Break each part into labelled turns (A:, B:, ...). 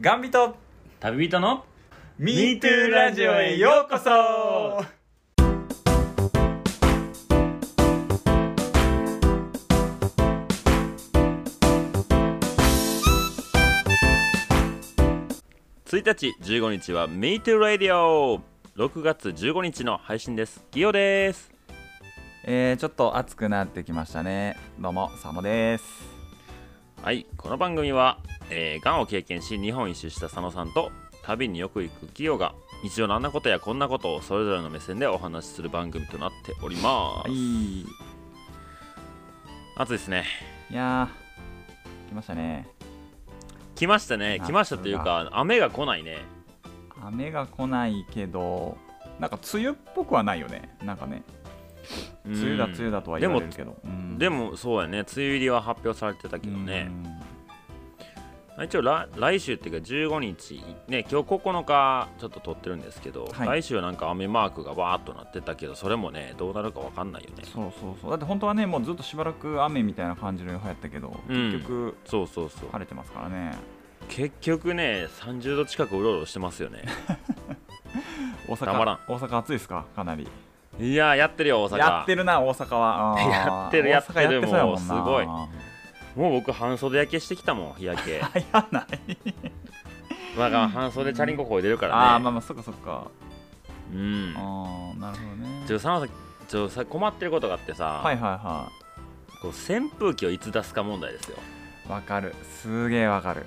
A: ガンビと
B: 旅人の
A: MeToo ラジオへようこそ
B: 1日15日は MeToo Radio 6月15日の配信ですギオです
A: えー、ちょっと暑くなってきましたねどうもサモです
B: はいこの番組はえーがん、を経験し日本一周した佐野さんと旅によく行くギオが日常のあんなことやこんなことをそれぞれの目線でお話しする番組となっておりま
A: は
B: す、
A: いい
B: 暑いですね
A: やー来ましたね
B: 来ましたね
A: あ
B: 来ましたというか雨が来ないね
A: 雨が来ないけどなんか梅雨っぽくはないよねなんかね
B: うん
A: 梅雨だ梅雨だとは言われるけどうん
B: でもそうやね梅雨入りは発表されてたけどね一応来来週っていうか15日ね今日9日ちょっと撮ってるんですけど、
A: はい
B: 来週はなんか雨マークがわーっとなってたけどそれもねどうなるかわかんないよね
A: そうそうそうだって本当はねもうずっとしばらく雨みたいな感じの予報やったけど、
B: うん
A: 結局
B: そうそうそう
A: 晴れてますからね
B: 結局ね30度近くうろうろしてますよね
A: 大
B: たまら
A: 阪
B: ん
A: 大阪暑いですかかなり
B: いやーやってるよ大阪
A: やってるな大阪はあー
B: やってるやってる
A: 大阪そうやんな
B: もうすごいもう僕半袖焼けしてきたもん日焼 け
A: 早ない、
B: まあ半袖チャリンコこいでるからね
A: ああまあまあそっかそっか
B: うん
A: ああなるほどね
B: ちょ佐野さんちょさ困ってることがあってさ、
A: はいはいは
B: こう扇風機をいつ出すか問題ですよ、
A: いわかるすげえわかる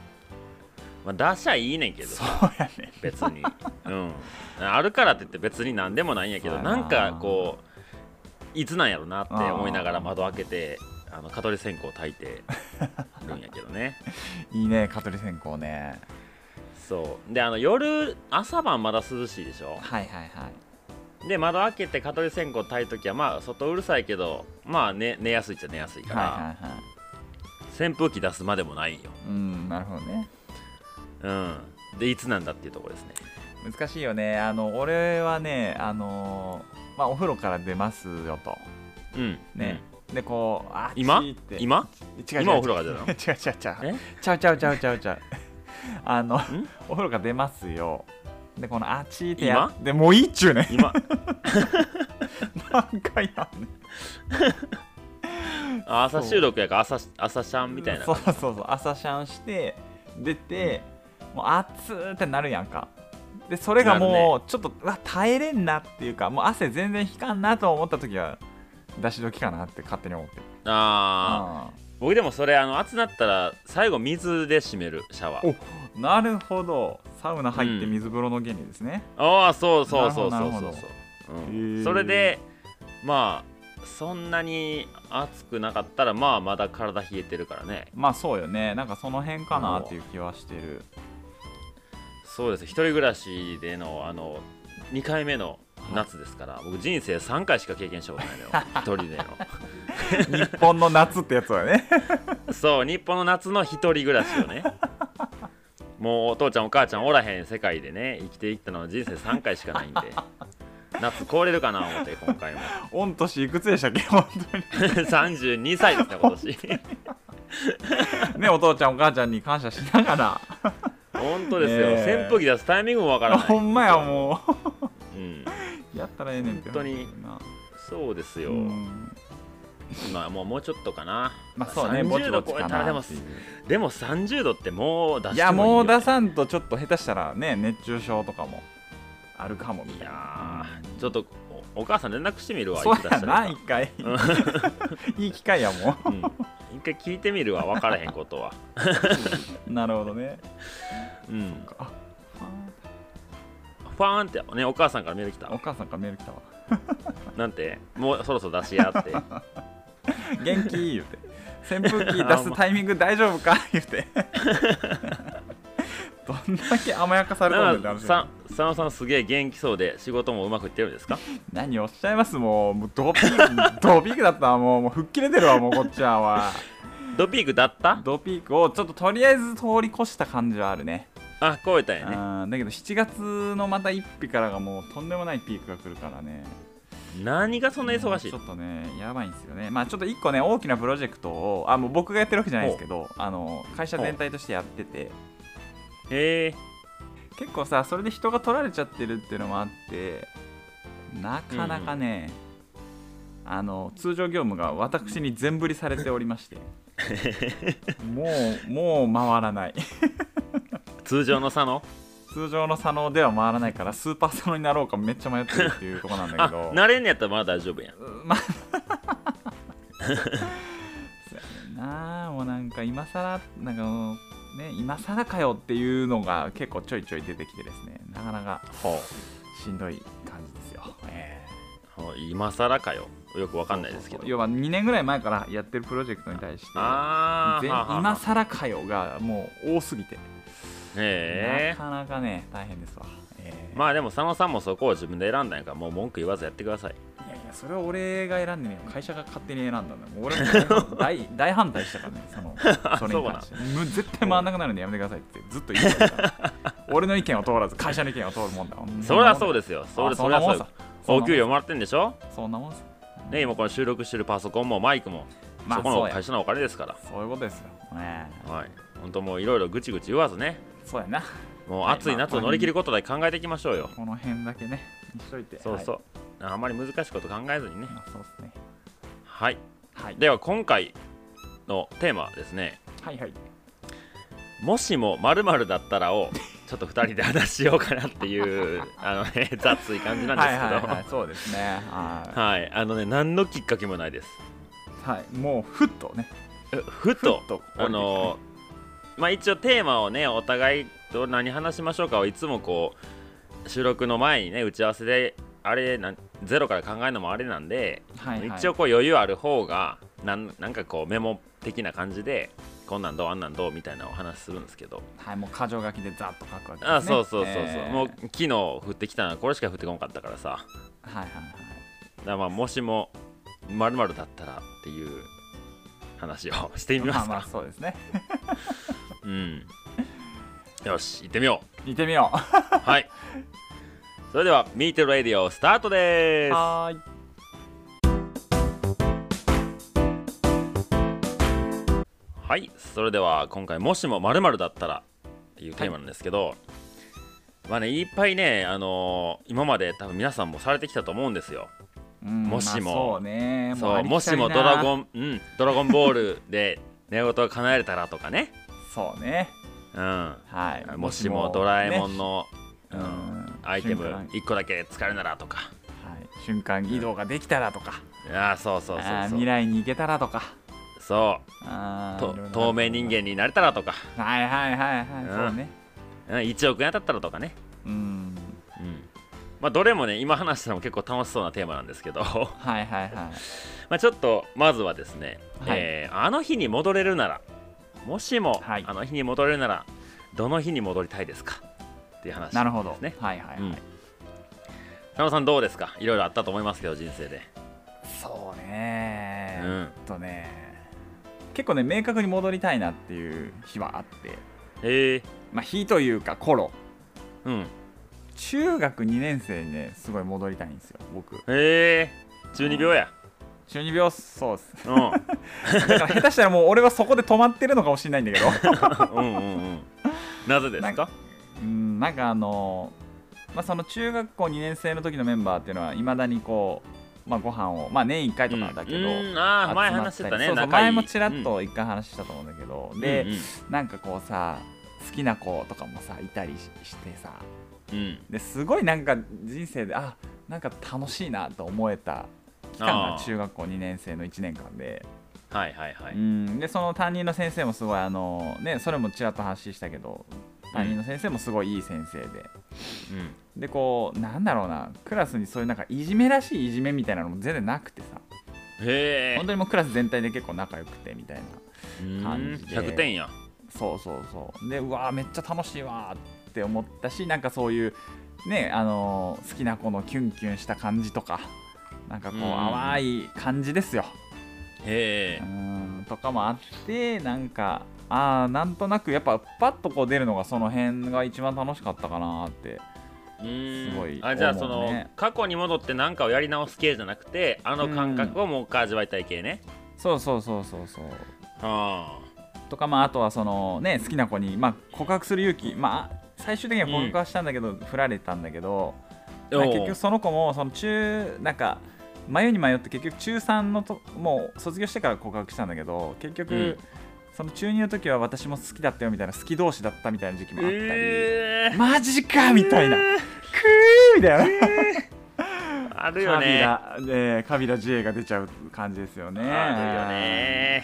B: まあ、出しゃいいねんけど
A: そうやね
B: 別に、うん、あるからって言って別に何でもないんやけど
A: そうやな
B: なんかこういつなんやろなって思いながら窓開けてあの蚊取り線香焚いてるんやけどね
A: いいね蚊取り線香ね
B: そうであの夜朝晩まだ涼しいでしょ
A: はいはいはい
B: で窓開けて蚊取り線香焚いときはまあ外うるさいけどまあ、ね、寝やすいっちゃ寝やすいから、
A: はいはいはい
B: 扇風機出すまでもないんよ、
A: うんなるほどね
B: うん、でいつなんだっていうところですね
A: 難しいよねあの俺はねあのーまあお風呂から出ますよと
B: うん
A: ね、でこうあっち
B: 今
A: ーって
B: 今
A: 違う違う
B: 今お風呂から出たの
A: 違う違う違う
B: え
A: ちゃうちゃうちゃうちゃうちゃう あの
B: ん
A: お風呂から出ますよでこのあっちーって
B: 今
A: やでもういいっちゅうね
B: 今
A: 何回やんねん
B: あ朝収録やから朝朝シャンみたいな
A: そうそうそう朝シャンして出て、もう熱ーってなるやんかでそれが
B: なる
A: もうちょっと、うわ耐えれんなっていうかもう汗全然引かんなと思った時は出し時かなって勝手に思ってる
B: ああ僕でもそれあの暑なったら最後水で締めるシャワー
A: うんなるほどサウナ入って水風呂の原理ですね、
B: ああそうそうそう
A: な
B: そ
A: る
B: うそ
A: ほ
B: う
A: ど
B: そう、
A: へ
B: うん、
A: ー
B: それでまあそんなに暑くなかったらまあまだ体冷えてるからね
A: まあそうよねなんかその辺かなっていう気はして る
B: そうです一人暮らしでのあの2回目の夏ですから、僕人生3回しか経験したこと ないのよ一人での
A: 日本の夏ってやつだね
B: そう日本の夏の一人暮らしをねもうお父ちゃんお母ちゃんおらへん世界でね生きていったのは人生3回しかないんで夏超えれるかな思って今回も
A: 御年いくつでしたっけ 本当に
B: 32歳ですね今年
A: ねお父ちゃんお母ちゃんに感謝しながら
B: 本当ですよ、
A: ねえ
B: 扇風機出すタイミングもわからな い
A: ほんまやもう
B: う、ん、
A: やったらええねんって
B: 本当に
A: な
B: そうですよ、
A: うん
B: まあもうもうちょっとかな、
A: まあそうねぼち
B: 30
A: ぼ
B: 度
A: ち
B: 超
A: か
B: えたらで
A: な
B: も
A: っていう
B: でも30度ってもう出してもいいよ
A: いやもう出さんとちょっと下手したらね熱中症とかもあるかもみ
B: い
A: たい
B: や
A: な
B: ーちょっとおお母さん連絡してみるわ
A: そう
B: いつ出
A: や
B: したら
A: ない
B: い
A: 一
B: か
A: 回いい機会やも
B: うん一回聞いてみるわ分からへんことは、
A: んなるほどね
B: うん、
A: あ
B: ファーンってねお母さんからメール来た
A: お母さんからメール来たわ
B: なんてもうそろそろ出しや って
A: 元気言うて扇風機出すタイミング大丈夫か言うてどんだけ甘やかされたんだって話
B: なんかさ佐野さんすげえ元気そうで仕事もうまくいってるんですか
A: 何おっしゃいますもうもうドピークドピークだったわもうもう吹っ切れてるわもうこっちはわ
B: ドピークだった
A: ドピークをちょっととりあえず通り越した感じはあるね
B: あ超えたんやね
A: あーだけど7月のまた一日からがもうとんでもないピークが来るからね
B: 何がそんな忙しい
A: ちょっとねやばいんですよねまあちょっと一個ね大きなプロジェクトをあもう僕がやってるわけじゃないですけどあの会社全体としてやってて
B: へえ
A: 結構さそれで人が取られちゃってるっていうのもあってなかなかね、あの通常業務が私に全振りされておりま してもうもう回らない
B: 通常の佐野
A: 通常の佐野では回らないからスーパー佐野になろうかめっちゃ迷ってるっていうところなんだ
B: あ
A: けど
B: 慣れんのやったらまだ大丈夫やん
A: まあそうやねんなもうなんか今更なんかもうね今更かよっていうのが結構ちょいちょい出てきてですねなかなか
B: ほ
A: しんどい感じですよ、え
B: う今更かよよくわかんないですけど
A: そう要は2年ぐらい前からやってるプロジェクトに対して
B: ああ
A: 全今更かよがもう多すぎて、
B: え
A: なかなかね大変ですわ、えー
B: まあでも佐野さんもそこを自分で選んだんやからもう文句言わずやってください
A: いやいやそれは俺が選んでね会社が勝手に選んだんだもう 俺も大大反対したからねそのそれに関してむ絶対回んなくなるんでやめてくださいってずっと言ってたから俺の意見を通らず会社の意見を通るもんだ
B: そりゃそう
A: で
B: ですよそれ
A: そ
B: そ
A: ん
B: りゃ
A: なも
B: そうんよ
A: さ
B: お給料もらってんでしょ
A: そんなもんさ
B: ね今この収録してるパソコンもマイクも
A: ま
B: そ
A: あ
B: こ
A: そ
B: の
A: うや
B: 会社のお金ですから
A: そういうことですよね
B: はい本当もういろいろぐちぐち言わずね
A: そうやな
B: もう
A: はい
B: 暑い夏を乗り切ることで考えていきましょうよ
A: この辺だけねにしといて
B: そうそうあんまり難しいこと考えずにね
A: はいまあそうですね
B: はい
A: はい
B: では今回のテーマはですね
A: はいはい
B: もしも〇〇だったらをちょっと2人で話しようかなっていう あの、ね、雑い感じなんです
A: は
B: け
A: い
B: ど
A: はいはいそうですねは
B: はいあのね何のきっかけもないです
A: いはいもうふっとね
B: えふと
A: ふっと
B: あのまあ一応テーマをねお互いと何話しましょうかをいつもこう収録の前にね打ち合わせであれなんゼロから考えるのもあれなんで、
A: はいはい
B: 一応こう余裕ある方がなんなんかこうメモ的な感じでこんなんどうあんなんどうみたいなお話するんですけど
A: はいもう箇条書きでざっと書くわけですね
B: あそうそうそうそう、
A: えー
B: もう昨日降ってきたのはこれしか降ってこなかったからさ
A: はいはいはい
B: だからまあもしも〇〇だったらっていう話をしてみま
A: まあ
B: す
A: まあ
B: か、
A: そうですね
B: うんよし行ってみよ
A: 行ってみよう
B: う はいそれでは「ミートレディオ」スタートです
A: はーい
B: はいそれでは今回「もしも〇〇だったら」っていうテーマなんですけど、まあねいっぱいねあのー今まで多分皆さんもされてきたと思うんですよ
A: うん
B: もしも
A: まあそうね
B: そう
A: あり
B: も
A: きた
B: し
A: りな
B: もドラゴン、うん、ドラゴンボールで寝言が叶えれたらとかね、
A: そうね
B: うん、
A: はい
B: もしもドラえもん
A: ね
B: の、う
A: うんん
B: アイテム
A: 瞬間
B: 1個だけ使えるならとか
A: はい瞬間移動ができたらとか
B: ああそうそう
A: あー
B: そ
A: 未
B: うそう
A: 来に行けたらとか
B: そう
A: あー
B: と
A: いろいろ
B: 透明人間になれたらとか
A: はいはいはいはい
B: うん
A: そうね
B: うん1億円当たったらとかね、
A: うん
B: うんまあ、どれもね今話したのも結構楽しそうなテーマなんですけどま
A: はいはいはい
B: あちょっとまずはですね、
A: はい
B: えーあの日に戻れるならもしも
A: はい
B: あの日に戻れるならどの日に戻りたいですかっていう話
A: なるほど
B: ですね
A: はいはいはい、
B: うん佐野さんどうですかいろいろあったと思いますけど人生で、
A: そうね
B: う
A: え
B: ん
A: っとね結構ね明確に戻りたいなっていう日はあって
B: へえ
A: まあ日というか頃
B: うん
A: 中学2年生にねすごい戻りたいんですよ僕
B: へえ中二病や
A: 中二病そうっす
B: うん
A: だから下手したらもう俺はそこで止まってるのかもしれないんだけど
B: うんうんうんなぜです
A: な
B: か
A: んかうんなんかあのまあその中学校2年生の時のメンバーっていうのはいまだにこうまあご飯をまあ年1回とかだけど、
B: うんああ前
A: 集ま
B: 話
A: っ
B: したて
A: り
B: たね
A: そうそう
B: 仲いい
A: 前もちらっと一回話したと思うんだけど、
B: うん
A: で、なんかこうさ好きな子とかもさいたりししてさ
B: うんうん
A: ですごいなんか人生であなんか楽しいなと思えた期間
B: あ
A: が
B: ー
A: 中学校2年生の1年間で,、
B: はいはいは
A: う
B: い
A: ん、でその担任の先生もすごいあの、ね、それもちらっと話したけど担任の先生もすごいいい先生で。
B: うん
A: でこうなんだろうなクラスにそういうなんかいじめらしいいじめみたいなのも全然なくてさ
B: へえ
A: 本当にもうクラス全体で結構仲良くてみたいな感じで
B: 100点や
A: そうそうそうでうわーめっちゃ楽しいわーって思ったしなんかそういうねあのー好きな子のキュンキュンした感じとかなんかこう
B: うん
A: 淡い感じですよ
B: へ
A: う
B: え
A: んとかもあってなんかあーなんとなくやっぱパッとこう出るのがその辺が一番楽しかったかなーって
B: うん
A: すごい
B: あじゃあ
A: 思
B: そうの、
A: ね
B: 過去に戻って何かをやり直す系じゃなくてあの感覚をもう一回味わいたい系ね
A: そうそうそうそうそう
B: ああ
A: とか、まあ、あとはその、ね、好きな子に、まあ、告白する勇気、まあ、最終的には告白はしたんだけど、振られたんだけど、まあ結局その子もその中なんか迷いに迷って結局中3のともう卒業してから告白したんだけど結局、
B: うん
A: その中2の時は私も好きだったよみたいな好き同士だったみたいな時期もあったり、
B: えー
A: マジかみたいな、
B: え
A: クーみたいな、
B: ーあるよ
A: カビ
B: ね
A: ラ、ね、カビラ J が出ちゃう感じですよね
B: あるよね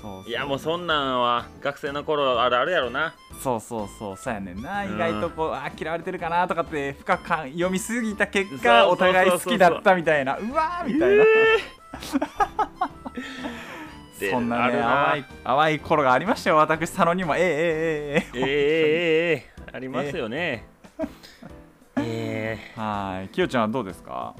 A: そうそう
B: いやもうそんなんは学生の頃あるあるやろな
A: そうそうそうそうやねんな
B: うん
A: 意外とこうあー嫌われてるかなとかって深くかん読みすぎた結
B: そ
A: 果
B: う
A: お互い
B: そう
A: 好
B: そうそう
A: きだったみたいなうわーみたいな、
B: で
A: そん
B: あ
A: な
B: る
A: ね
B: な
A: 淡い淡い頃がありましたよ私佐野にもええええええええ
B: えーえーえーありますよ ねえー
A: はいきよちゃんはどうですか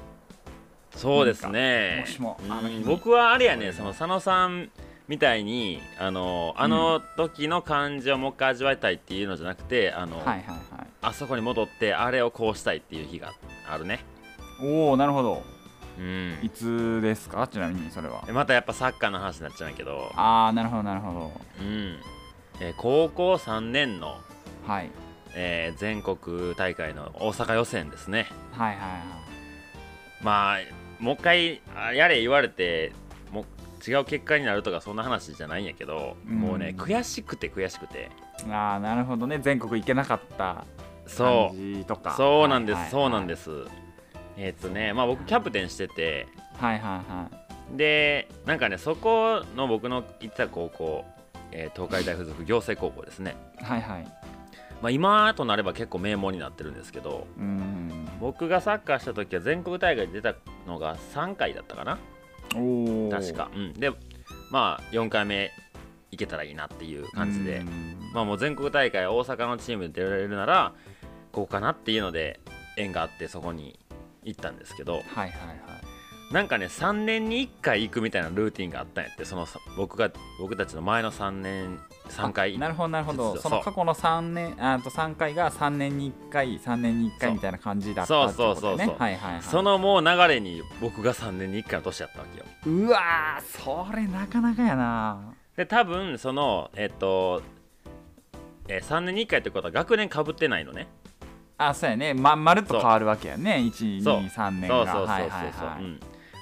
B: そうですね。
A: もしもあの日に
B: うん僕はあれやね、その佐野さんみたいにあのあの時の感じをもう一回味わいたいっていうのじゃなくて、あの、
A: はいはいはい
B: あそこに戻ってあれをこうしたいっていう日があるね。
A: おおなるほど
B: うん。
A: いつですかちなみにそれは
B: またやっぱサッカーの話になっちゃうんやけど、
A: ああなるほどなるほど
B: うん。えー高校3年の、
A: はい
B: えー全国大会の大阪予選ですね。
A: はいはいはい
B: まあもう一回あやれ言われてもう違う結果になるとかそんな話じゃないんやけど、
A: うん
B: もうね悔しくて悔しくて
A: ああなるほどね全国行けなかった
B: そ
A: 感じと
B: う
A: か
B: そうなんです、
A: はいはい
B: そうなんですえーっとねまあ僕キャプテンしてて
A: はいはいはい
B: でなんかねそこの僕の行ってた高校、えー東海大附属行政高校ですね、
A: はいはい
B: まあ、今となれば結構名門になってるんですけど
A: うーん
B: 僕がサッカーした時は全国大会に出たのが3回だったかな
A: おー
B: 確か、うん、でまあ4回目いけたらいいなっていう感じ
A: う
B: で
A: ー、ん
B: まあ、もう全国大会大阪のチームで出られるならここかなっていうので縁があってそこに行ったんですけど
A: はいはいはい
B: なんかね3年に1回行くみたいなルーティンがあったんやってそのさ僕が僕たちの前の3年3回
A: あなるほどなるほ
B: 実
A: ど
B: は
A: その
B: そう
A: 過去の三年あと三回が三年に一回三年に一
B: そう
A: 回みたいな感じだったってこと
B: そうそうそう
A: ね
B: そう
A: はいはいはい
B: そのもう流れに僕が3年に1回の年やったわけよ
A: うわーそれなかなかやな
B: で多分そのえっと、え3年に1回ってことは学年かぶってないのね
A: あそうやねままるっと変わるわけやね一
B: そう
A: 二三年
B: そう
A: が
B: そうそう
A: はい
B: そう
A: はい
B: そう、
A: はい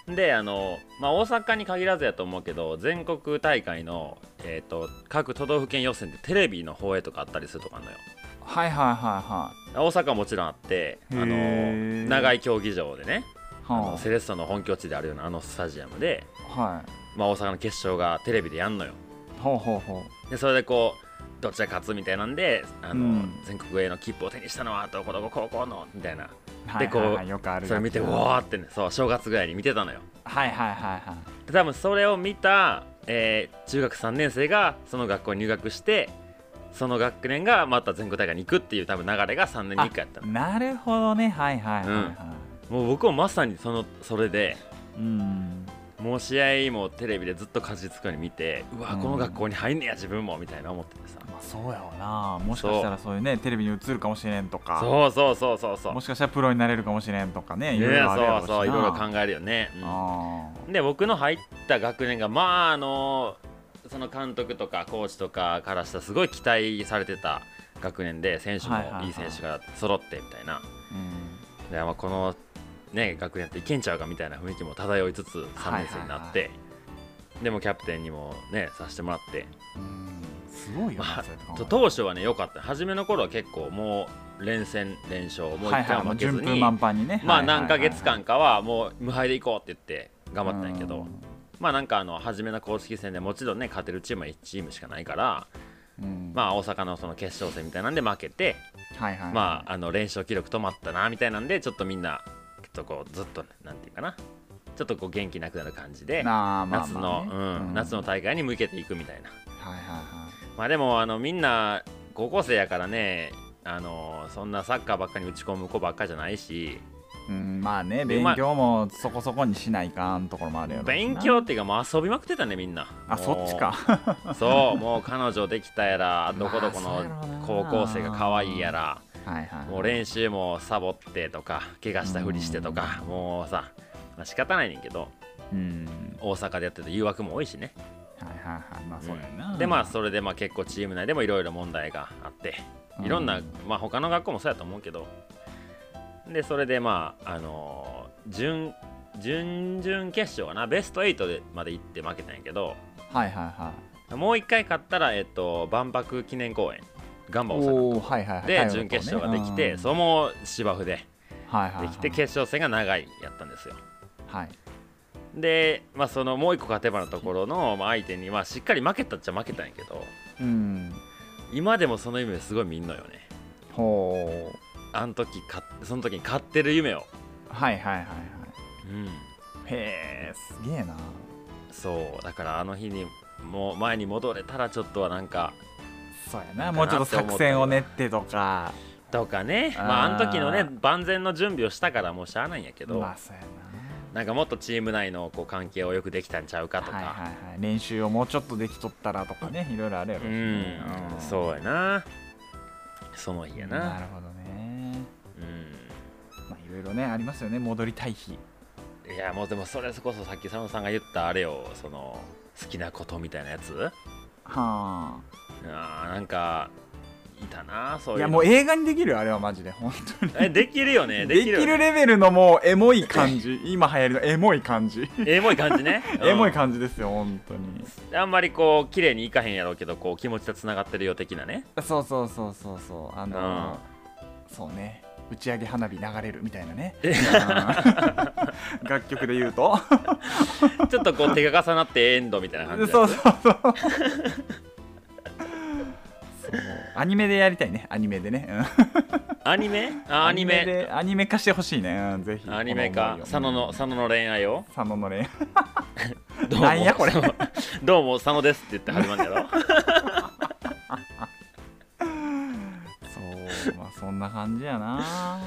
B: うん、であの、まあ、大阪に限らずやと思うけど全国大会の、えー、と各都道府県予選でテレビの放映とかあったりするとかあんのよ
A: はいはいは
B: 大阪はもちろんあってあ
A: へ
B: の
A: ー
B: 長い競技場でね
A: い
B: あの
A: はい
B: セレッソの本拠地であるようなあのスタジアムで、
A: は
B: まあ、大阪の決勝がテレビでやんのよ
A: いほうほうほ
B: でそれでこうどっちが勝つみたいなんであの、
A: うん
B: 全国への切符を手にしたのはどこどこ高校のみたいな
A: うはい
B: でこう
A: はいはいよくあるやつ
B: それ見て
A: は
B: うわーってねそう正月ぐらいに見てたの
A: い
B: よ
A: はいはいは
B: で多分それを見た、えー中学3年生がその学校に入学してその学年がまた全国大会に行くっていう多分流れが3年に1回やった
A: い
B: の
A: なるほどねはいはいはいは
B: もう僕もまさにそのそれで
A: いうん
B: もう試合もテレビでずっとかじつくに見てうわ
A: うん
B: この学校に入んねや自分もみたいな思っててさ
A: まあそうやわなもしかしたらそういうねテレビに映るかもしれんとか
B: そうそうそうそうそう
A: もしかしたらプロになれるかもしれんとかねい
B: い
A: ろいろある
B: や
A: やろ
B: そう
A: し
B: そういろいろ考
A: え
B: えるよね、うん
A: あ
B: で僕の入った学年がまああのその監督とかコーチとかからしたらすごい期待されてた学年で選手も
A: はいはいはい
B: いい選手が揃ってみたいな、
A: ーうん
B: でまあ、この、ね、学年っていけんちゃうかみたいな雰囲気も漂いつつ3年生になって、でもキャプテンにも、ね、させてもらって、
A: うんすごいよ
B: ま
A: な
B: あ
A: それとかも、
B: 当初はね良かった初めの頃は結構もう連戦連勝もう
A: はい
B: 1回
A: は
B: はい
A: もう
B: 負けず
A: 順
B: に、
A: 風満帆にね
B: まあ
A: はいはい
B: 何
A: は
B: ヶ
A: いはい
B: 月間かはもう無敗でいこうって言って頑張ったんやけど。
A: うん
B: まあなんかあの初めの公式戦でもちろんね勝てるチームは1チームしかないから、
A: うん
B: まあ、大阪のその決勝戦みたいなんで負けて、
A: はいはい
B: まあ、あの連勝記録止まったなみたいなんでちょっとみんなちょっとこうずっとなんていうかなちょっとこう元気なくなる感じで
A: なあまあ
B: 夏の
A: まあね
B: うん夏の大会に向けていくみたいな、
A: はいはいは
B: まあ、でもあのみんな高校生やからねあのそんなサッカーばっかに打ち込む子ばっかじゃないし
A: いうんまあね
B: で
A: 勉
B: まあ
A: 強もそこそこにしないかんところもあるよ
B: 勉強っていうかもう遊びまくってたねみんな
A: あ
B: もう
A: そっち か
B: そうもう彼女できたやらどこどこ
A: まあそうやろう
B: の
A: な
B: 高校生が可愛いやら
A: はいはい
B: もう練習もサボってとか怪我したふりしてとかもうさまあ仕方ないねんけど
A: うん
B: 大阪でやってた誘惑も多いしね
A: はいはいはいはいまあそうやな、
B: でまあそれでまあ結構チーム内でもいろいろ問題があっていろんな、
A: うん
B: まあ他の学校もそうやと思うけどでそれでまああのー準準々決勝はなベスト8でまで行って負けたんやけど
A: はいはいは
B: もう一回勝ったら、えっと、万博記念公園ガン
A: い
B: バ大
A: おおはいはいはい台
B: 阪で
A: 湾とね
B: 準決勝ができて、
A: うん
B: それも芝生で
A: はいはいはい
B: できて決勝戦が長いやったんですよ
A: はい
B: で、まあ、そのもう一個勝てばのところの、まあ、相手に、まあ、しっかり負けたっちゃ負けたんやけど
A: うん
B: 今でもその夢すごい見んのよね
A: ほう
B: あの時かその時に勝ってる夢を、
A: はいはいはいはい
B: うん、
A: へえすげえな
B: そうだからあの日にもう前に戻れたらちょっとはなんか
A: そうやなもうちょっと作戦を練ってとか
B: とかね
A: あー
B: まああの時のね万全の準備をしたからもうしゃあないんやけど、
A: まあそうや
B: なんかもっとチーム内のこう関係をよくできたんちゃうか
A: な
B: とか、
A: はいはいはい練習をもうちょっとできとったらとかねいろいろあるやろ
B: う
A: しね
B: ん、
A: ん
B: そうやなその日やな
A: なるほどね
B: う
A: まあいろいろねありますよね戻りたい日
B: んいやもうでもそれこそさっき佐野さんが言ったあれよその好きなことみたいなやつ
A: は
B: あーなんかいたなそ
A: あ
B: う
A: いう
B: い
A: や
B: の
A: もう映画にできるよあれはマジで本当に
B: えできるよ ね
A: でき
B: よ
A: る
B: ね
A: レベルのもうエモい感じ今流行りのエモい感じ、
B: エモい感じね
A: エモい
B: じ
A: 感じですよ本当に
B: あんまりこう綺麗にいかへんやろうけどこう気持ちとつながってるよ的な ね
A: そうそうそうそうそうあのそうね打ち上げ花火流れるみたいなねうん 楽曲で言うと
B: ちょっとこう手が重なってエンドみたいな感
A: そう
B: じ
A: そう
B: だ
A: そうそうアニメでやりたいねアニメでねうん
B: アニメあアニメ
A: アニメでアニメ化してほしいね、うん、ぜひ
B: アニメか佐野の佐
A: 野
B: 野の恋愛を
A: 佐野のね
B: どうも
A: なんやこれ
B: 佐野 どうも佐野ですって言って始まるんやろ
A: そうまあそんな感じやな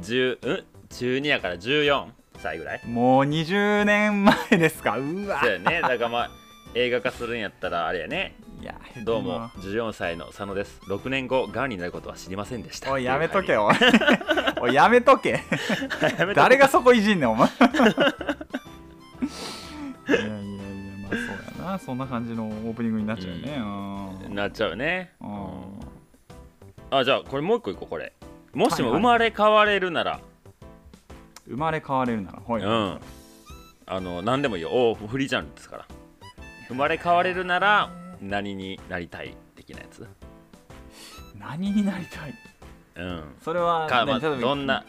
B: 10うん中2やから14歳ぐらい
A: もう20年前ですかうわ
B: そう やねだからまあ映画化するんやったらあれやね
A: いや
B: どうも14歳の佐野です6年後がんになることは知りませんでした
A: おいやめ とけよおいおいやめとけ
B: やめとけ
A: 誰がそこいじんねん お前いやいやいやまあそうやなそんな感じのオープニングになっちゃうよねうん
B: なっちゃうね
A: うん
B: あじゃあこれもう一個いこうこれもしも
A: はいは
B: 生
A: い
B: まれ変われるなら、
A: 生まれ変われるならほい、
B: うんあの何でもいいよおフリージャンルですから生まれ変われるなら何になりたい的なやつ
A: 何になりたい
B: うん
A: それは、
B: か、
A: ね
B: まあ、
A: 例えば
B: どんな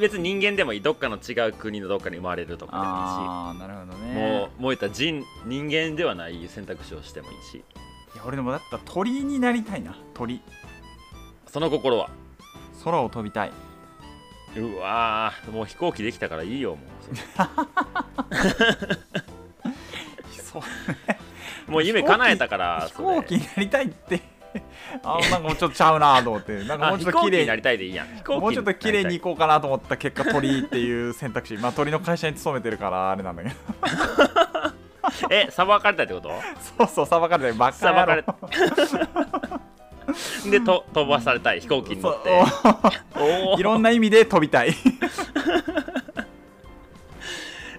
B: 別に人間でもいいどっかの違う国のどっかに生まれるとか
A: ああなるほど
B: でもいいしも
A: ね
B: うもういったら人人間ではない選択肢をしてもいいし
A: いや俺でもだったら鳥になりたいな鳥
B: その心は
A: 空を飛びたいう
B: わーもう飛行機できたからいいよも
A: そう
B: うもう夢叶えたから
A: 飛
B: それ
A: 行機になりたいってあなんかもうちょっとちゃうなと思ってなんかも
B: あ
A: う
B: 飛
A: ちょっと
B: 行
A: 綺
B: 機
A: 麗
B: に
A: に
B: なりたいでいいやん飛行機
A: もうちょっと綺麗に
B: なり
A: 行こうかなと思った結果鳥っていう選択肢まあ鳥の会社に勤めてるからあれなんだけど
B: たいえさばかれたってこと
A: そうそう裁かれてばっか
B: さばか
A: や
B: れ
A: ろ
B: た でと飛ばされたい飛行機に乗ってお
A: そう
B: ー
A: いろんな意味で飛びたい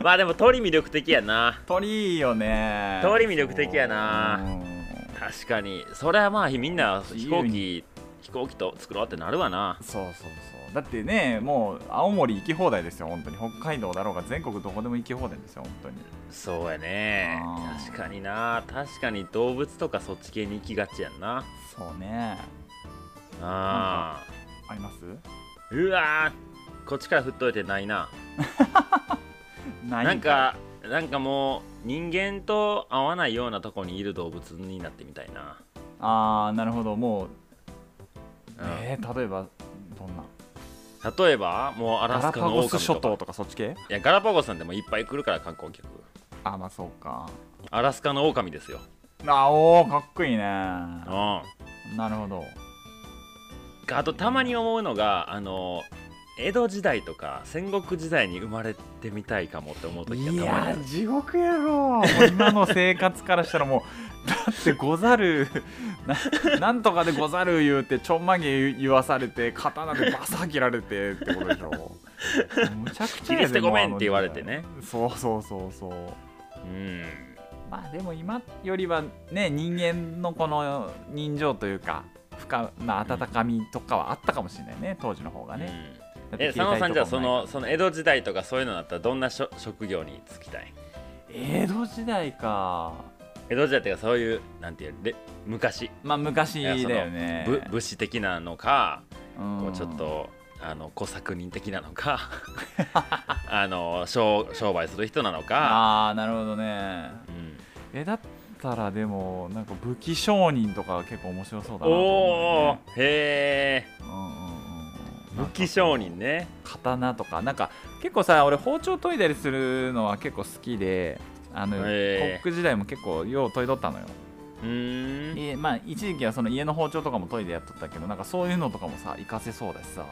B: まあでも鳥魅力的やな
A: 鳥いいよね
B: 鳥魅力的やな
A: うん
B: 確かにそれはまあみんな飛行
A: 自由
B: 機飛行機と作ろうってなるわな
A: そうそうそうだってねもう青森行き放題ですよ本当に北海道だろうが全国どこでも行き放題ですよ本当に
B: そうやね
A: あー
B: 確かにな確かに動物とかそっち系に行きがちやんな
A: そうね
B: あ
A: あります
B: ーうわーこっちから振っといてないな
A: な
B: なんかなんかもう人間と合わないようなとこにいる動物になってみたいな、
A: ああなるほどもう
B: うん
A: えー、例えばどんな
B: 例えばもう
A: ガ
B: アラ
A: ラ
B: ス
A: パ
B: カのオ
A: ゴ
B: オカ
A: ス
B: ミ
A: 諸
B: とか
A: 島とかそっち系
B: いやガラパゴスなんてもういっぱい来るから観光客
A: あまあそうか
B: アラスカのオオカミですよ、
A: あおーかっこいいね
B: うん、
A: な
B: あ
A: るほど
B: とたまに思うのがあの江戸時代とか戦国時代に生まれてみたいかもって思う時
A: い
B: がたまにあ
A: や
B: る
A: 地獄やろもう今の生活からしたらもう だってござるななんとかでござる言うてちょんまげ言わされて刀でバサ切られてってことでし ょむちゃくちゃや
B: 切り捨て
A: でも
B: ごめん
A: あの
B: って言われてね
A: そうそうそうそう
B: うん
A: まあでも今よりはね人間のこの人情というか深な温かみとかはあったかもしれないね当時の方が
B: う
A: ね、
B: ん
A: だって
B: え佐野さんじゃあそ
A: 携帯とかもない
B: のその江戸時代とかそういうのだったらどんなしょ職業に就きたい
A: 江戸時代か
B: 江戸時代っていうかそういうなんていうで昔
A: まあ昔だよね
B: ぶ武士的なのか、
A: うん
B: こうちょっとあの小作人的なの かあの商商売する人なのか、
A: ああなるほどね
B: うん、
A: えだったらでもなんか武器商人とかは結構面白そうだなと
B: お
A: 思
B: おへえ
A: うねうんうんうんうん
B: 武器商人ね
A: 刀とかなんか結構さ俺包丁研いだりするのは結構好きであの
B: へー
A: コック時代も結構よう研いどったのよ、
B: うーん
A: えまあ一時期はその家の包丁とかも研いでやっとったけどなんかそういうのとかもさ活かせそうだしさ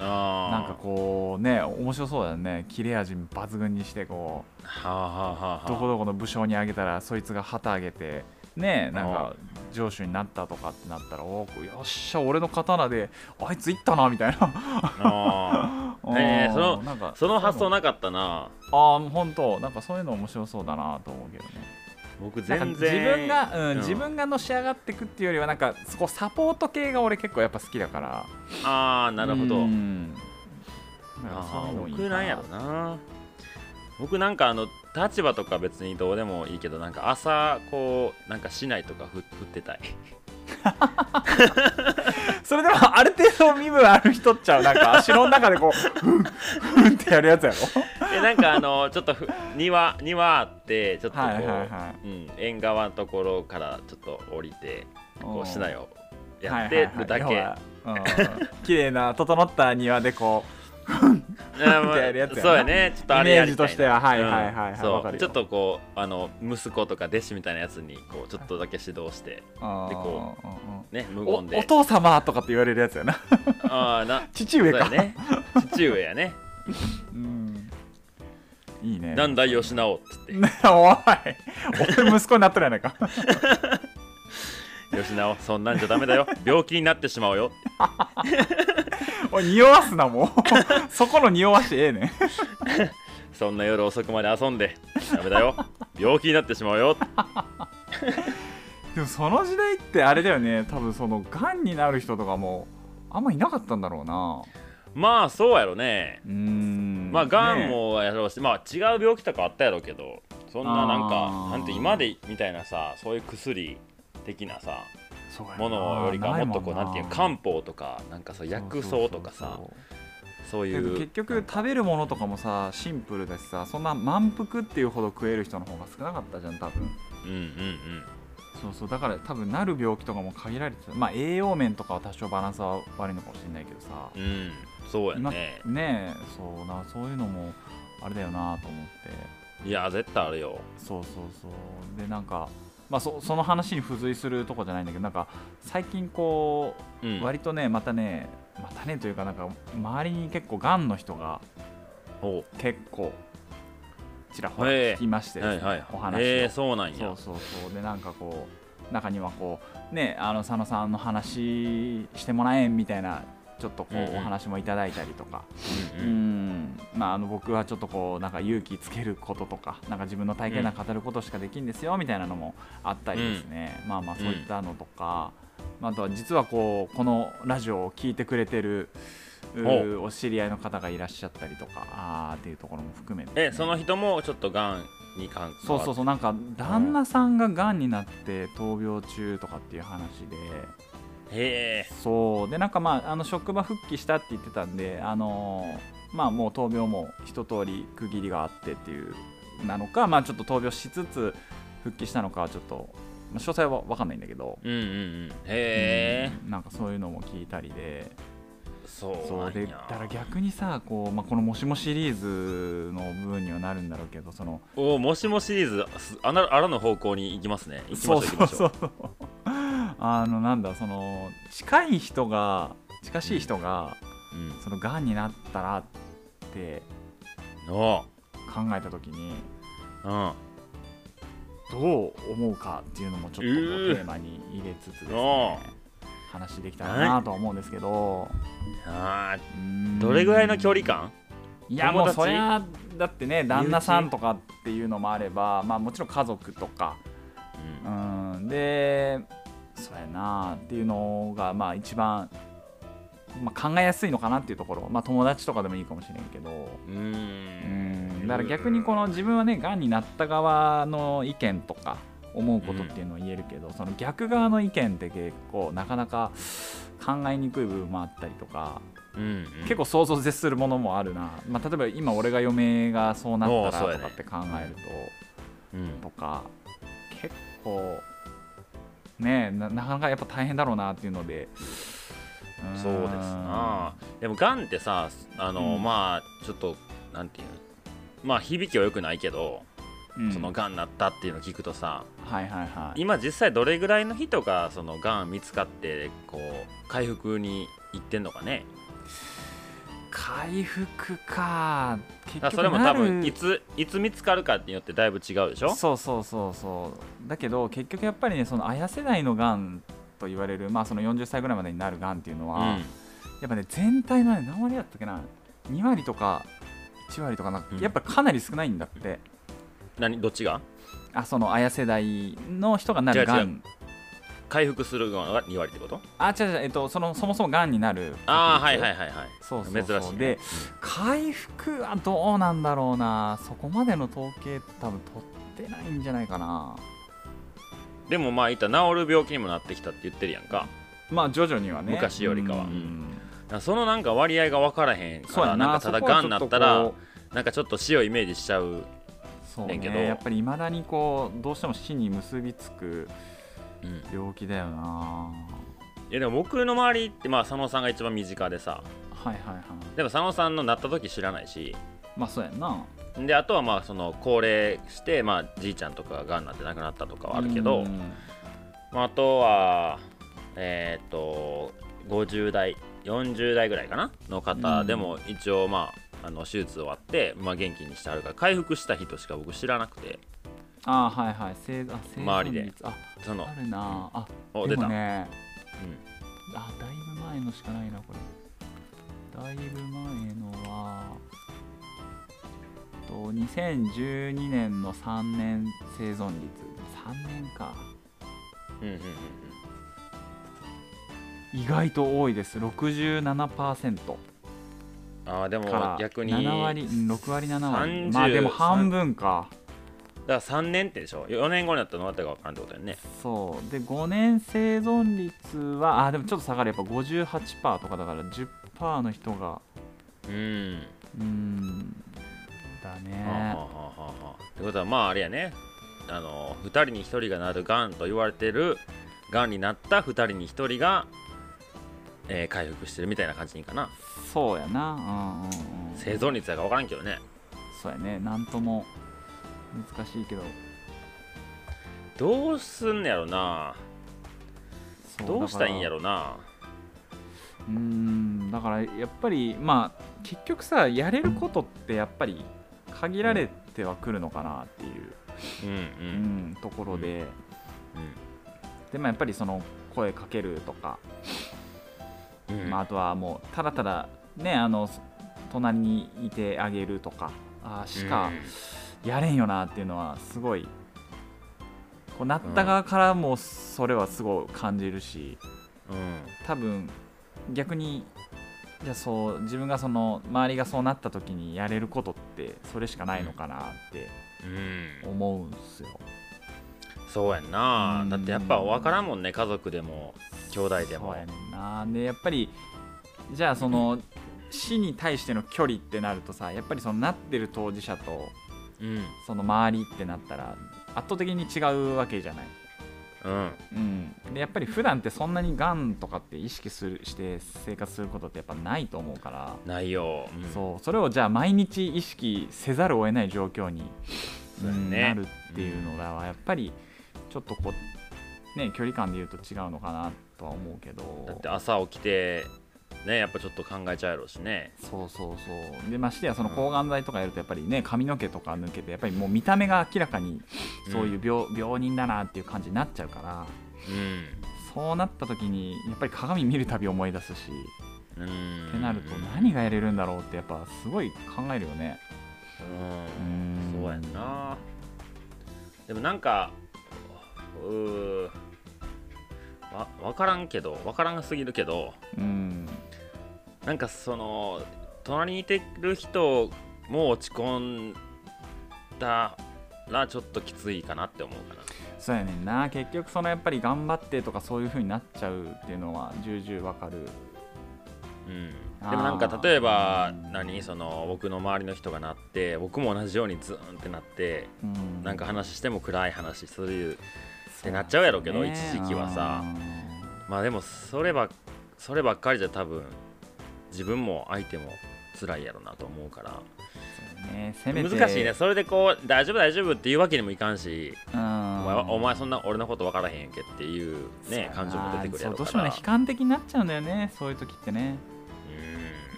B: あ
A: なんかこうね面白そうだよね切れ味抜群にしてこ
B: うはあはあは
A: う
B: あ
A: どこ
B: は
A: どこの武将にあげたらそいつが旗あげてねなんか上手になったとかってなったらおーよっしゃ俺の刀であいついったなみた いな
B: あえーその
A: なんか
B: ーその発想なかったな
A: ああ本当なんかそういうの面白そうだなと思うけどね
B: 僕全
A: なん
B: 然
A: か自分が、うん
B: うん
A: 自分がのし上がってくっていうよりはなんかそこサポート系が俺結構やっぱ好きだから
B: ああなるほど、
A: うんなんかそう
B: あ
A: いう
B: ー
A: のいい
B: 僕なんやろな僕なんかあの立場とか別にどうでもいいけどなんか朝こうなんか市内とかふ振ってたい
A: それでもある程度身分ある人っちゃうなんか城の中でこうふんふんってやるやつやろ
B: でなんかあのちょっとふ庭庭あってちょっとこう、
A: はいはいは
B: うん、縁側のところからちょっと降りて
A: い
B: こう市内
A: を
B: をやってるだけ、
A: 綺麗な整った庭でこ
B: うん
A: みたい なやつやな
B: そうやねちょっとあ
A: うイ
B: れ
A: メ
B: や
A: ー
B: り
A: ジと
B: たいな
A: してははいはいはい
B: うん
A: はいわ
B: そ
A: か
B: う
A: る
B: ちょ
A: よ
B: っとこうあの息子とか弟子みたいなやつにこうちょっとだけ指導してでこ
A: うんうんうん
B: ね無
A: お
B: 言で
A: お父様とかって言われるやつ やな
B: ああな
A: 父上
B: そ
A: か
B: うやね父上 やね
A: うんいいね
B: なんだよし
A: ね
B: なおっつっ
A: おい俺息子になっとるやないか
B: てよしなおそんなんじゃダメだよ病気になってしまうよ
A: おい匂わすなもう そこの匂わしてええねん
B: そんな夜遅くまで遊んでダメだよ病気になってしまうよ
A: でもその時代ってあれだよね多分そのがんになる人とかもあんまいなかったんだろうな
B: まあそうやろね
A: うーん
B: まあが
A: ね
B: ん
A: え
B: もやろうし、まあ違う病気とかあったやろうけどそんななん
A: あ
B: か
A: ー
B: なんて今でみたいなさそういう薬的なさ
A: そうやな
B: ものよりかはもっとこうなんていうの
A: いも
B: 漢方とかなんかそう薬草とか
A: そうそう
B: さ
A: そう
B: そうい
A: で
B: う
A: 結局食べるものとかもさシンプルだしさそんな満腹っていうほど食える人の方が少なかったじゃん多分
B: うんうんうん
A: そうそうだから多分なる病気とかも限られてたまあ栄養面とかは多少バランスは悪いのかもしれないけどさ
B: うんそうやね
A: 今ねえそうなそういうのもあれだよなと思って
B: いや絶対あるよ
A: そうそうそうでなんか、まあ、そその話に付随するとこじゃないんだけどなんか最近こ
B: う
A: うん割とねまたねまたねというかなんか周りに結構がんの人が
B: おう
A: 結構ちらほら
B: へえ
A: 聞きましてです
B: は
A: ね、
B: いはい
A: お話を、
B: えー、そうなんや
A: そうそうそうでなんかこう中にはこうねあの佐野さんの話してもらえんみたいなちょっとこう、
B: うんうん
A: お話もいただいたりとか
B: う
A: うん
B: うん
A: んまあ、あの僕はちょっとこうなんか勇気つけることとかなんか自分の体験談語ることしかできんですよみたいなのもあったりですね、まあまあそういったのとか、まああとは実はこうこのラジオを聞いてくれてるうーお知り合いの方がいらっしゃったりとかあーっていうところも含めてですね、
B: えその人もちょっとがんに関わ
A: そうそうそうなんか旦那さんががんになって闘病中とかっていう話で。
B: へえ
A: そうでなんかまああの職場復帰したって言ってたんであのーまあもう闘病も一通り区切りがあってっていうなのかまあちょっと闘病しつつ復帰したのかはちょっと、まあ詳細は分かんないんだけど、
B: うんうんうんへえ
A: うんなんかそういうのも聞いたりで
B: そう
A: そ
B: な
A: うで
B: ん
A: だ
B: や
A: から逆にさこう、まあ、この「もしも」シリーズの部分にはなるんだろうけどその
B: おおもしもシリーズすあなあらの方向に行きますね行きましょ
A: そうう
B: 行き
A: そ
B: ま
A: う
B: しょ
A: そううあのなんだその近い人が近しい人が
B: うん
A: そのがんになったらって
B: お
A: 考えた時に
B: ううん
A: どう思うかっていうのもちょっとこう
B: うー
A: テーマに入れつつです
B: お
A: ね話できたらなとは思うんですけど
B: あー
A: うーん
B: どれぐらいの距離感
A: いや
B: 友
A: もう
B: 達
A: そりゃだってね旦那さんとかっていうのもあれば、まあ、もちろん家族とか、
B: うん
A: うん、でそうやなっていうのがまあ一番、まあ、考えやすいのかなっていうところ、まあ、友達とかでもいいかもしれんけど。
B: う
A: うんんだから逆にこの自分はねがんになった側の意見とか思うことっていうのを言えるけど、その逆側の意見って結構なかなか考えにくい部分もあったりとか、
B: うん
A: 結構想像を絶するものもあるな、まあ、例えば今俺が嫁がそうなった
B: おうそう
A: ら
B: や
A: とか
B: ね
A: って考えると、
B: うん
A: とか結構ねななかなかやっぱ大変だろうなっていうのでーん
B: そうですなでもがんってさあの、
A: うん
B: まあちょっとなんていうのまあ響きは良くないけど、
A: うん
B: そのがんになったっていうのを聞くとさ
A: はいはいはい
B: 今実際どれぐらいの人がそのがん見つかってこう回復に行ってんのかね
A: 回復か結
B: だから
A: 局
B: それも
A: な
B: 多
A: る
B: 分いついつ見つかるかによってだいぶ違うでしょ
A: そうそうそうそうだけど結局やっぱりねその綾世代のがんと言われる、まあ、その40歳ぐらいまでになるがんっていうの
B: う
A: は、
B: ん
A: やっぱね全体のね何割だったっけな2割とか1割とかなんか
B: うん
A: やっぱかなり少ないんだって、
B: 何どっちが
A: あその綾世代の人がなるが
B: 違う違
A: ん
B: 回復するのが2割ってこと
A: あ違う違う、えっと、そのそもそもがんになる
B: ああはい
A: 確率
B: はいはいはい
A: そうそうそう
B: 珍しいね
A: で回復はどうなんだろうなそこまでの統計多分取ってないんじゃないかな
B: でもまあいったら治る病気にもなってきたって言ってるやんか
A: まあ徐々にはね
B: 昔よりかは
A: うん
B: だからそのなんか割合が分からへんか
A: そうや
B: ら
A: な
B: なんかただ
A: そこは
B: が
A: ち
B: んにな
A: ょと
B: った
A: こ
B: ら
A: う
B: なんかちょっと死をイメージしちゃう、
A: そう
B: ねんけど
A: ねやっぱりいまだにこうどうしても死に結びつく
B: うん、い
A: 病気だよな
B: やでも僕の周りってまあ佐野さんが一番身近でさ
A: はいはいはい
B: でも佐野さんのなった時知らないし
A: まあそうやんな
B: であとはまあその高齢して、まあ、じいちゃんとかががんになって亡くなったとかはあるけど、
A: うん
B: まあ、あとはえーっと50代40代ぐらいかなの方でも一応まああの手術終わって、まあ、元気にしてあるから回復した人しか僕知らなくて
A: あはいはい生あ生存率
B: 周りで
A: あ
B: その
A: あるなあ
B: お
A: で
B: 出た、
A: もねあだいぶ前のしかないなこれだいぶ前のはと2012年の3年生存率3年か
B: うんうんうんうん
A: 意外と多いです67%
B: あーで
A: から
B: も逆に
A: 7割うん6割7割
B: 30
A: まあでも半分か
B: だから3年ってでしょ4年後になったらどうなったか分からんってことやんね
A: そうで5年生存率はあでもちょっと下がるやっぱ58%とかだから10%の人が
B: うん
A: うーんだ
B: はあは
A: ね
B: あはあはあはあってことはまああれやねあの2人に1人がなるがんと言われてるがんになった2人に1人が、えー回復してるみたいな感じにかな
A: そうやなうんうんうん
B: 生存率やから分からんけどね
A: そうやねなんとも難しいけど
B: どうすんのやろな
A: そ
B: どうしたらいいんや
A: ろ
B: ろな
A: うーんだからやっぱりまあ結局さやれることってやっぱり限られてはくるのかなっていう、
B: うんう
A: う
B: ん
A: んところで、でもやっぱりその声かけるとか、
B: うんうん
A: まあ、あとはもうただただねあの隣にいてあげるとかあーしかやれんよなっていうのはすごいこうなった側からもそれはすごい感じるし
B: うんうん
A: 多分逆にじゃあそう自分がその周りがそうなった時にやれることってそれしかないのかなって
B: うん
A: 思うんすよ。
B: そうやんな、
A: うん
B: だってやっぱ分からんもんね家族でも兄弟で
A: そ
B: も
A: うやねんなでやっぱりじゃあその死に対しての距離ってなるとさやっぱりそのなってる当事者と
B: うん
A: その周りってなったら圧倒的に違うわけじゃない。
B: うん
A: うん、でやっぱり普段ってそんなにがんとかって意識するして生活することってやっぱないと思うから、
B: ないよ、うん
A: そうそれをじゃあ毎日意識せざるを得ない状況に、
B: そうやね
A: うんなるっていうのがやっぱりちょっとこうね距離感で言うと違うのかなとは思うけど
B: だって朝起きてねやっぱちょっと考えちゃうやろうしね
A: そうそうそうでましてやその抗がん剤とかやるとやっぱりね髪の毛とか抜けてやっぱりもう見た目が明らかにそういう病,、病人だなっていう感じになっちゃうから
B: う
A: そうなった時にやっぱり鏡見るたび思い出すし。
B: んうん
A: ってなると何がやれるんだろうってやっぱすごい考えるよね。
B: うんそうやんなでもなんかうーわ分からんけど分からんすぎるけど
A: うん
B: なんかその隣にいてる人も落ち込んだらちょっときついかなって思うかな
A: そうやねんな結局そのやっぱり頑張ってとかそういう風になっちゃうっていうのは重々わかる
B: うん、で
A: あー
B: もなんか例えば何その僕の周りの人がなって僕も同じようにズーンってなって
A: うん
B: なんか話しても暗い話する
A: っ
B: ってなっちゃうやろうけど一時期はさまあでもそればそればっかりじゃ多分自分も相手も辛いやろなと思うから
A: ねせめて
B: 難しいねそれでこう大丈夫大丈夫っていうわけにもいかんし
A: うん
B: お前はお前そんな俺のこと分からへんやんけっていう
A: そうや
B: ね
A: な
B: 感情も出てくる
A: そ
B: や
A: うど
B: ろか
A: うしてもね
B: ら
A: 悲観的になっちゃうんだよねそういう時ってね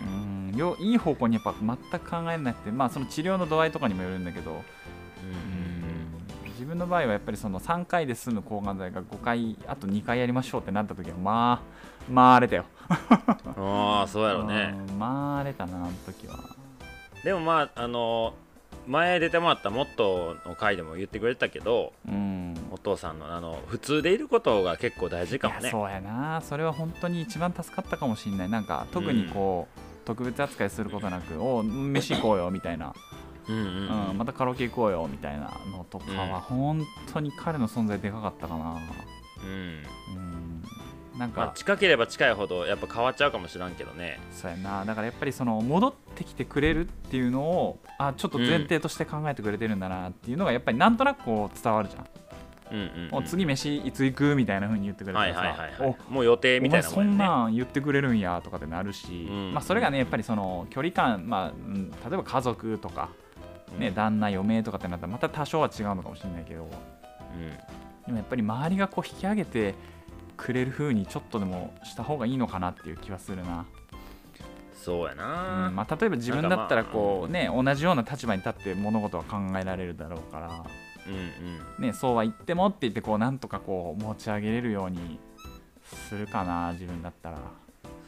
B: うん
A: うんよいい方向にやっぱ全く考えなくてまあその治療の度合いとかにもよるんだけど
B: うん
A: 自分の場合はやっぱりその3回で済む抗がん剤が5回あと2回やりましょうってなった時はまあまああれだよ
B: ああそうやろね
A: うんまああれだなあの時は
B: でもまああの前出てもらった「もっと」の回でも言ってくれてたけど
A: うん
B: お父さんのあの普通でいることが結構大事かも
A: い
B: ね
A: やそうやなそれは本当に一番助かったかもしれないなんか特にこう、特別扱いすることなく「おう飯行こうよ」みたいな、
B: うんうん
A: うんまたカラオケ行こうよ」みたいなのとか
B: うん
A: は本当に彼の存在でかかったかな
B: うん
A: うんなんか、
B: まあ、近ければ近いほどやっぱ変わっちゃうかもしらんけどね
A: そうやなだからやっぱりその戻ってきてくれるっていうのをあちょっと前提として考えてくれてるんだなっていうのがやっぱりなんとなくこう伝わるじゃん、
B: うんうん、
A: お次飯いつ行くみたいな風に言ってくれた
B: はい
A: らさ、
B: はいはい、
A: お
B: はい、もう予定みたいな
A: お
B: も
A: 前そん
B: んやね
A: なん言ってくれるんやとかってなるし、
B: うん
A: まあ、それがねやっぱりその距離感、まあうん例えば家族とか、ね
B: うん
A: 旦那嫁とかってなったらまた多少は違うのかもしれないけどでもやっぱり周りがこう引き上げてくれる風にちょっとでもした方がいいのかなっていう気はするな、
B: うんそうやな、
A: うんまあ、例えば自分だったら
B: なんかまあ
A: こう、ね、同じような立場に立って物事は考えられるだろうから、
B: うんうん
A: ね、そうは言ってもって言ってこうなんとかこう持ち上げれるようにするかな自分だったら。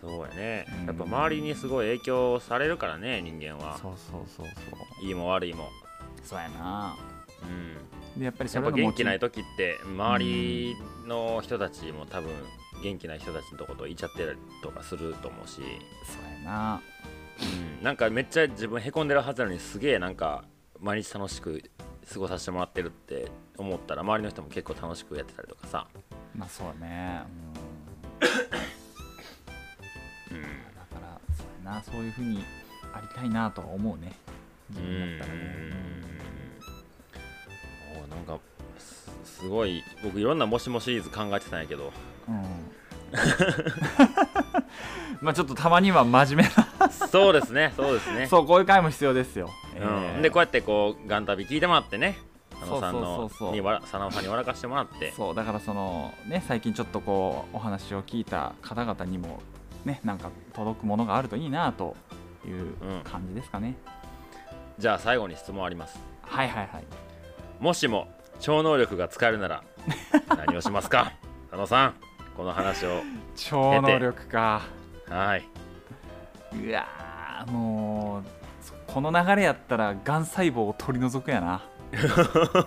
B: そうやね
A: うん
B: やっぱ周りにすごい影響されるからね人間は
A: そうそうそうそう
B: いいも悪いも
A: そうやな
B: うん
A: でやっぱりそ
B: やっ
A: れ
B: ぱ
A: の
B: 元気ない
A: と
B: 時って周りの人たちも多分元気な人たちのとこといちゃってたりとかすると思うし、
A: そうやな
B: うんなんかめっちゃ自分へこんでるはずなのにすげえなんか毎日楽しく過ごさせてもらってるって思ったら周りの人も結構楽しくやってたりとかさ、
A: まあそうねうんだからそうやなそういうふうにありたいなとは思うね自分だったらね
B: おーなんかすすごい僕いろんなもしもシリーズ考えてたんやけど
A: うん まあちょっとたまには真面目な、
B: そうですねそうで すね
A: そうこういう回も必要ですよ、え
B: う
A: ー
B: ん、でこうやってこうガン旅聞いてもらってね佐野さん
A: そ
B: の
A: うそうそうそう
B: にわら佐野さんに笑かしてもらって
A: そうだからそのね最近ちょっとこうお話を聞いた方々にもねなんか届くものがあるといいなという感じですかね、
B: じゃあ最後に質問あります
A: はいはいはい
B: もしも超能力が使え るなら何をしますか佐野さんこの話を
A: 超能力か
B: はい、
A: うわーもうそこの流れやったらがん細胞を取り除くや な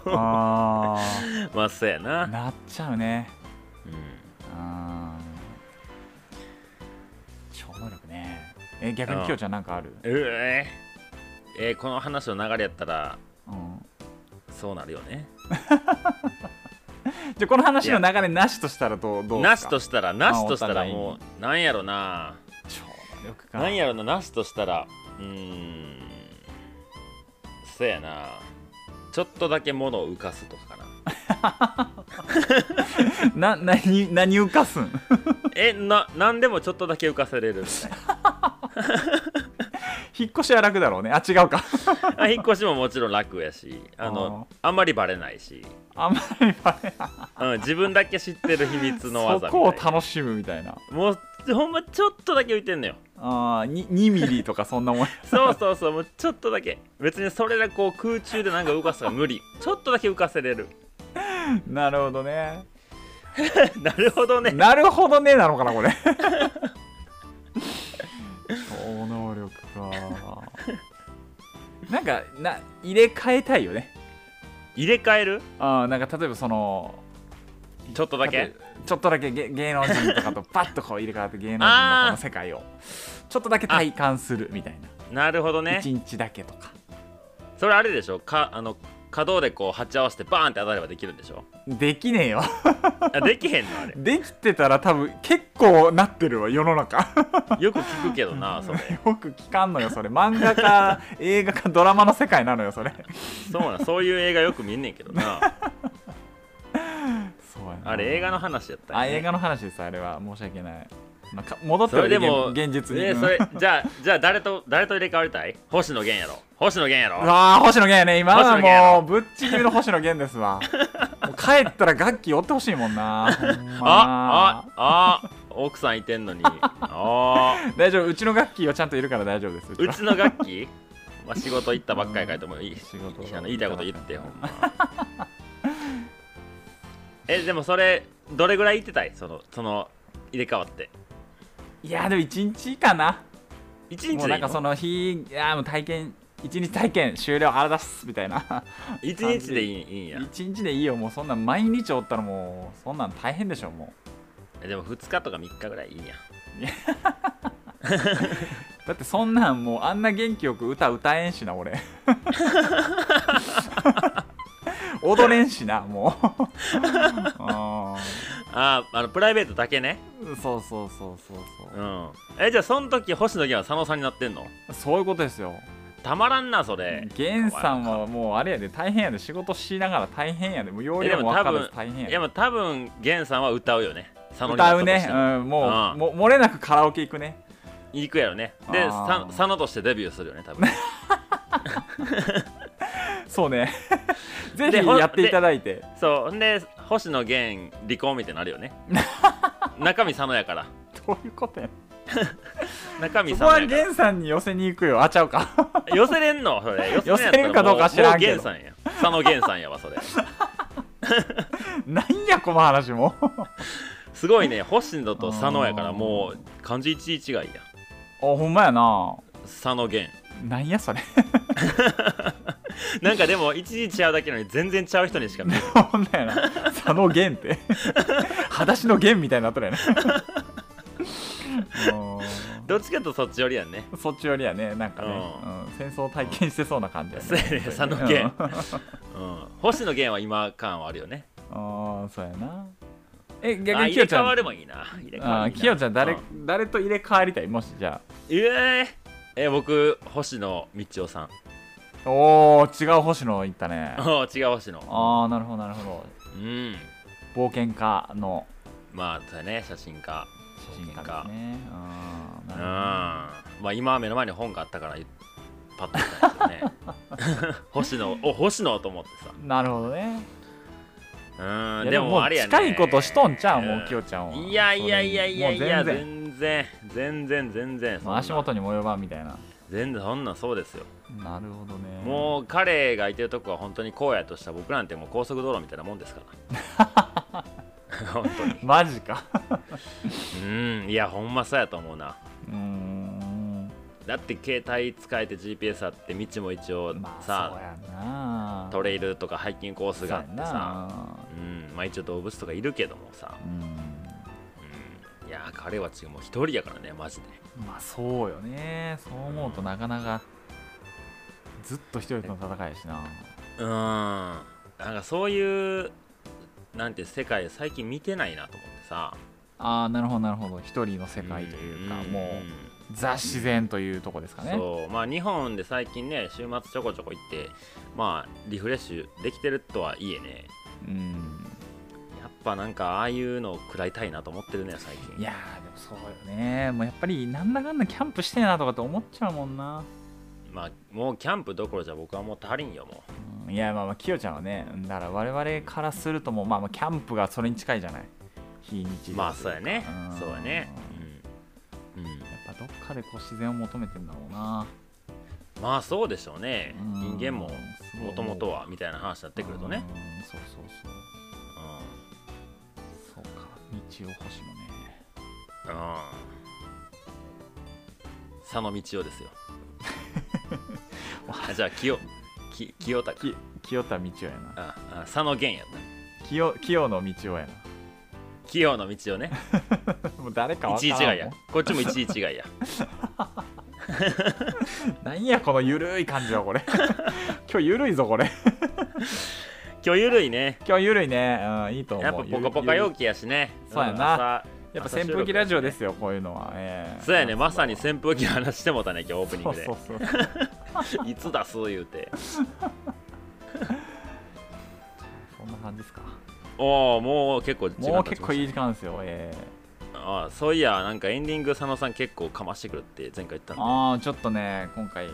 A: あ
B: まあそうや
A: ー
B: な、
A: なっちゃうね
B: う
A: うーん超能力ねえ逆に
B: うん
A: きょうちゃんなんかある、
B: ん、うええーこの話の流れやったら
A: うん、
B: そうなるよね
A: じゃあこの話の流れなしとしたらどうどう
B: なしと
A: し
B: したらなしとした
A: まあ
B: ら
A: お互いに
B: もうなんやろな
A: 超能力か
B: なんやろななしとしたらうーんそうやなちょっとだけ物を浮かすとかか な
A: な何何浮かすん
B: えな何でもちょっとだけ浮かせれるみたい
A: 引っ越しは楽だろうねあ違うか
B: なあ引っ越しももちろん楽やしあのあんまりバレないし、
A: あんまりバレない
B: うん、自分だけ知ってる秘密の
A: そ
B: 技み
A: こを
B: たいな
A: 楽しむみたいな
B: もうほんまちょっとだけ浮いてんのよ
A: あーに2ミリとかそんな もん
B: そうそうそうもうちょっとだけ別にそれらこう空中でなんか浮かすのは無理ちょっとだけ浮かせれる
A: なるほどね。
B: なるほどね
A: なるほどねなのかなこれ。 超能力か。なんかな入れ替えたいよね
B: 入れ替える
A: あーなんか例えばその
B: ちょっとだ
A: 例え
B: け
A: ばちょっとだけ芸芸能人とかとパッとこう入れ替わって芸能人のこの世界をちょっとだけ体感するみたい
B: なるほど
A: な
B: ね
A: 一日だけとか
B: それあれでしょかあの可動でこう鉢合わせてバーンって当たればできるんでしょ
A: できねえよ
B: あできへんのあれ
A: できてたら多分結構なってるわ世の中
B: よく聞くけどなそれ
A: よく聞かんのよそれ漫画 か映画かドラマの世界なのよそれ
B: そうなんそういう映画よく見んねんけどな
A: そうやな
B: あれ映画の話やったん
A: あ
B: やね
A: 映画の話ですあれは申し訳ない、まあか戻って
B: そ
A: は
B: れでも
A: 現現実に、
B: ねそれじゃあじゃあ誰と誰と入れ替わりたい星野源やろ星野源やろ
A: ああ星野源やね今
B: 星野
A: は
B: 源や
A: も
B: ろ
A: うぶっちぎりの星野源です わもう帰ったら楽器追ってほしいもんなほんま
B: あああ奥さんいてんのにあー
A: 大丈夫うちの楽器はちゃんといるから大丈夫ですうち
B: う
A: は
B: ちの楽器まあ仕事行ったばっかりかいと思ういい
A: 仕事
B: あの言いたいこと言ってほんま えでもそれどれぐらい行ってたいそのその入れ替わって
A: いやでも一日かな
B: 一日でいい
A: も
B: の
A: うなんかその日いやもう体験一日体験終了あらだすみたいな
B: 一日でいいいいんや
A: 一日でいいよもうそんなん毎日おったらもうそんなん大変でしょもう
B: えでも2日とか3日ぐらいいいんや
A: だってそんなんもうあんな元気よく歌歌えんしな俺 踊れんしなもうあ
B: あーあのプライベートだけね
A: ーそうそうそうそうそうう、
B: んえじゃあその時星野源は佐野さんになってんの
A: そういうことですよ
B: たまらんなそれ
A: 源さんはもうあれやで大変やで仕事しながら大変やでもう要
B: えで
A: 領も
B: も
A: 分
B: 多
A: からず
B: 分
A: 大変や
B: い
A: で
B: やもう多分源さんは歌うよね佐野に
A: 歌
B: なった
A: う
B: と
A: ね
B: し、て
A: うん、も
B: も
A: う
B: うん
A: も漏れなくカラオケ行くね
B: 行くやろねで
A: あー
B: さ佐野としてデビューするよね多分
A: そう ねぜひ
B: でほ
A: やっていただいて
B: そうほんで星野源離婚みたいになるよ ね中身佐野やから
A: どういうことや
B: 中身
A: そ
B: 佐
A: こは
B: 野やから
A: 源さんに寄せに行くよあちゃうか
B: 寄せれんのそれ寄
A: 寄せれるかどうかは知らんけど
B: もうもう源さんや佐野源さんやわそれ
A: なんやこの話もあ
B: すごいね星野と佐野やからもう漢字一違いや
A: ほんまやな
B: 佐野源
A: なんやそれ
B: なんかでも一時違うだけなのに全然違う人にしか見えない
A: ほんまやな佐野源って 裸足の源みたいになっとるやな もう
B: どっちかとそっち寄りやんね
A: そっちよりやねなんかね、
B: う
A: うん戦争を体験してそうな感じや
B: そうやね
A: ね
B: 佐野源 うん星野源は今感はあるよね
A: ああそうやなえ
B: あ
A: 逆に
B: 入
A: き
B: れ
A: よちゃ
B: 替
A: ん
B: わればいいな入れ替わ
A: あ
B: れ
A: ー
B: ばいいな
A: きよちゃん誰,、
B: う
A: 誰と入れ替わりたいもしじゃ
B: えーえ僕星野道夫さん
A: あおー違う星野行ったね
B: おー違う星野
A: ああなるほどなるほ
B: うん
A: ど冒険家の
B: まあそうやね写真家
A: 写真家ですねあー
B: う
A: なんるほど
B: まあ今は目の前に本があったからパッと来たんですけどね 星野お星野と思ってさ
A: なるほどね
B: うん
A: いや
B: で
A: で
B: も
A: も
B: あれやね
A: もう近いことしとんちゃうもうきよちゃんはい
B: やいやいやいやいや
A: もう全然
B: 全然全然全然そん
A: もう
B: な
A: 足元にも及ばんみたいな
B: 全然そんなんそうですよ、
A: なるほどね
B: もう彼がいてるとこは本当に荒野とした僕なんてもう高速道路みたいなもんですから 本当に
A: マジか
B: うんいやほんまそうやと思うな
A: うーん
B: だって携帯使えて GPS あって道も一応
A: まあ
B: さ、
A: そうやな
B: トレイルとかハイキングコースがあって
A: そうや
B: さ
A: な
B: うんまあ一応動物とかいるけどもさ、
A: うん
B: うん、いやー彼は違うもう一人やからねマジで
A: まあそうよねそう思うとなかなかずっと一人との戦いやしな
B: うんなんかそういうなんて世界最近見てないなと思ってさ
A: ああなるほどなるほど一人の世界というか
B: ん
A: もうザ自然というとこですかね
B: そうまあ日本で最近ね週末ちょこちょこ行ってまあリフレッシュできてるとはいえね
A: うん
B: やっぱなんかああいうのを食らいたいなと思ってるね最近
A: いやーでもそうよねもうやっぱりなんだかんだキャンプしてえなとかって思っちゃうもんな、
B: まあもうキャンプどころじゃ僕はもう足りんよも
A: うんいやまあまあきよちゃんはねだから我々からするともうまあまあキャンプがそれに近いじゃない非日
B: う
A: 常
B: まあそうやね
A: うん
B: そうやねうん、うん
A: やっぱどっかでこう自然を求めてんだろうな
B: まあそうでしょうね
A: うん
B: 人間も
A: すごい
B: もともとはみたいな話になってくるとね、
A: うんそうそうそうそうか道を星もね
B: うんう ん、佐野道夫ですよあじゃあ清き清高
A: き清田道夫やな
B: ああ佐野源やった
A: 清清の道夫や
B: 清の道 をね
A: な もう誰かわか
B: 一
A: らん
B: 位違い
A: もん
B: やこっちも一位違いや
A: なんやこのゆるい感じはこれ 今日ゆるいぞこれ
B: 今日ゆる いね
A: 今日ゆるいね、うん、いいと思う
B: やっぱポカポ
A: ゆる
B: カ
A: い
B: 陽気やしね
A: そうやな
B: 朝
A: やっぱ扇風機ラジオですよこういうのは、ええ
B: そうやねまさに扇風機の話してもうたね今日オープニン
A: そう
B: グで
A: そうそうそう
B: いつだそう言うて
A: そんな感じですか
B: おおもう結構時間
A: もう
B: 経
A: 結
B: ちました
A: 構いい時間ですよ、ええ
B: ああそういやなんかエンディング佐野さん結構かましてくるって前回言ったんで
A: ああちょっとね今回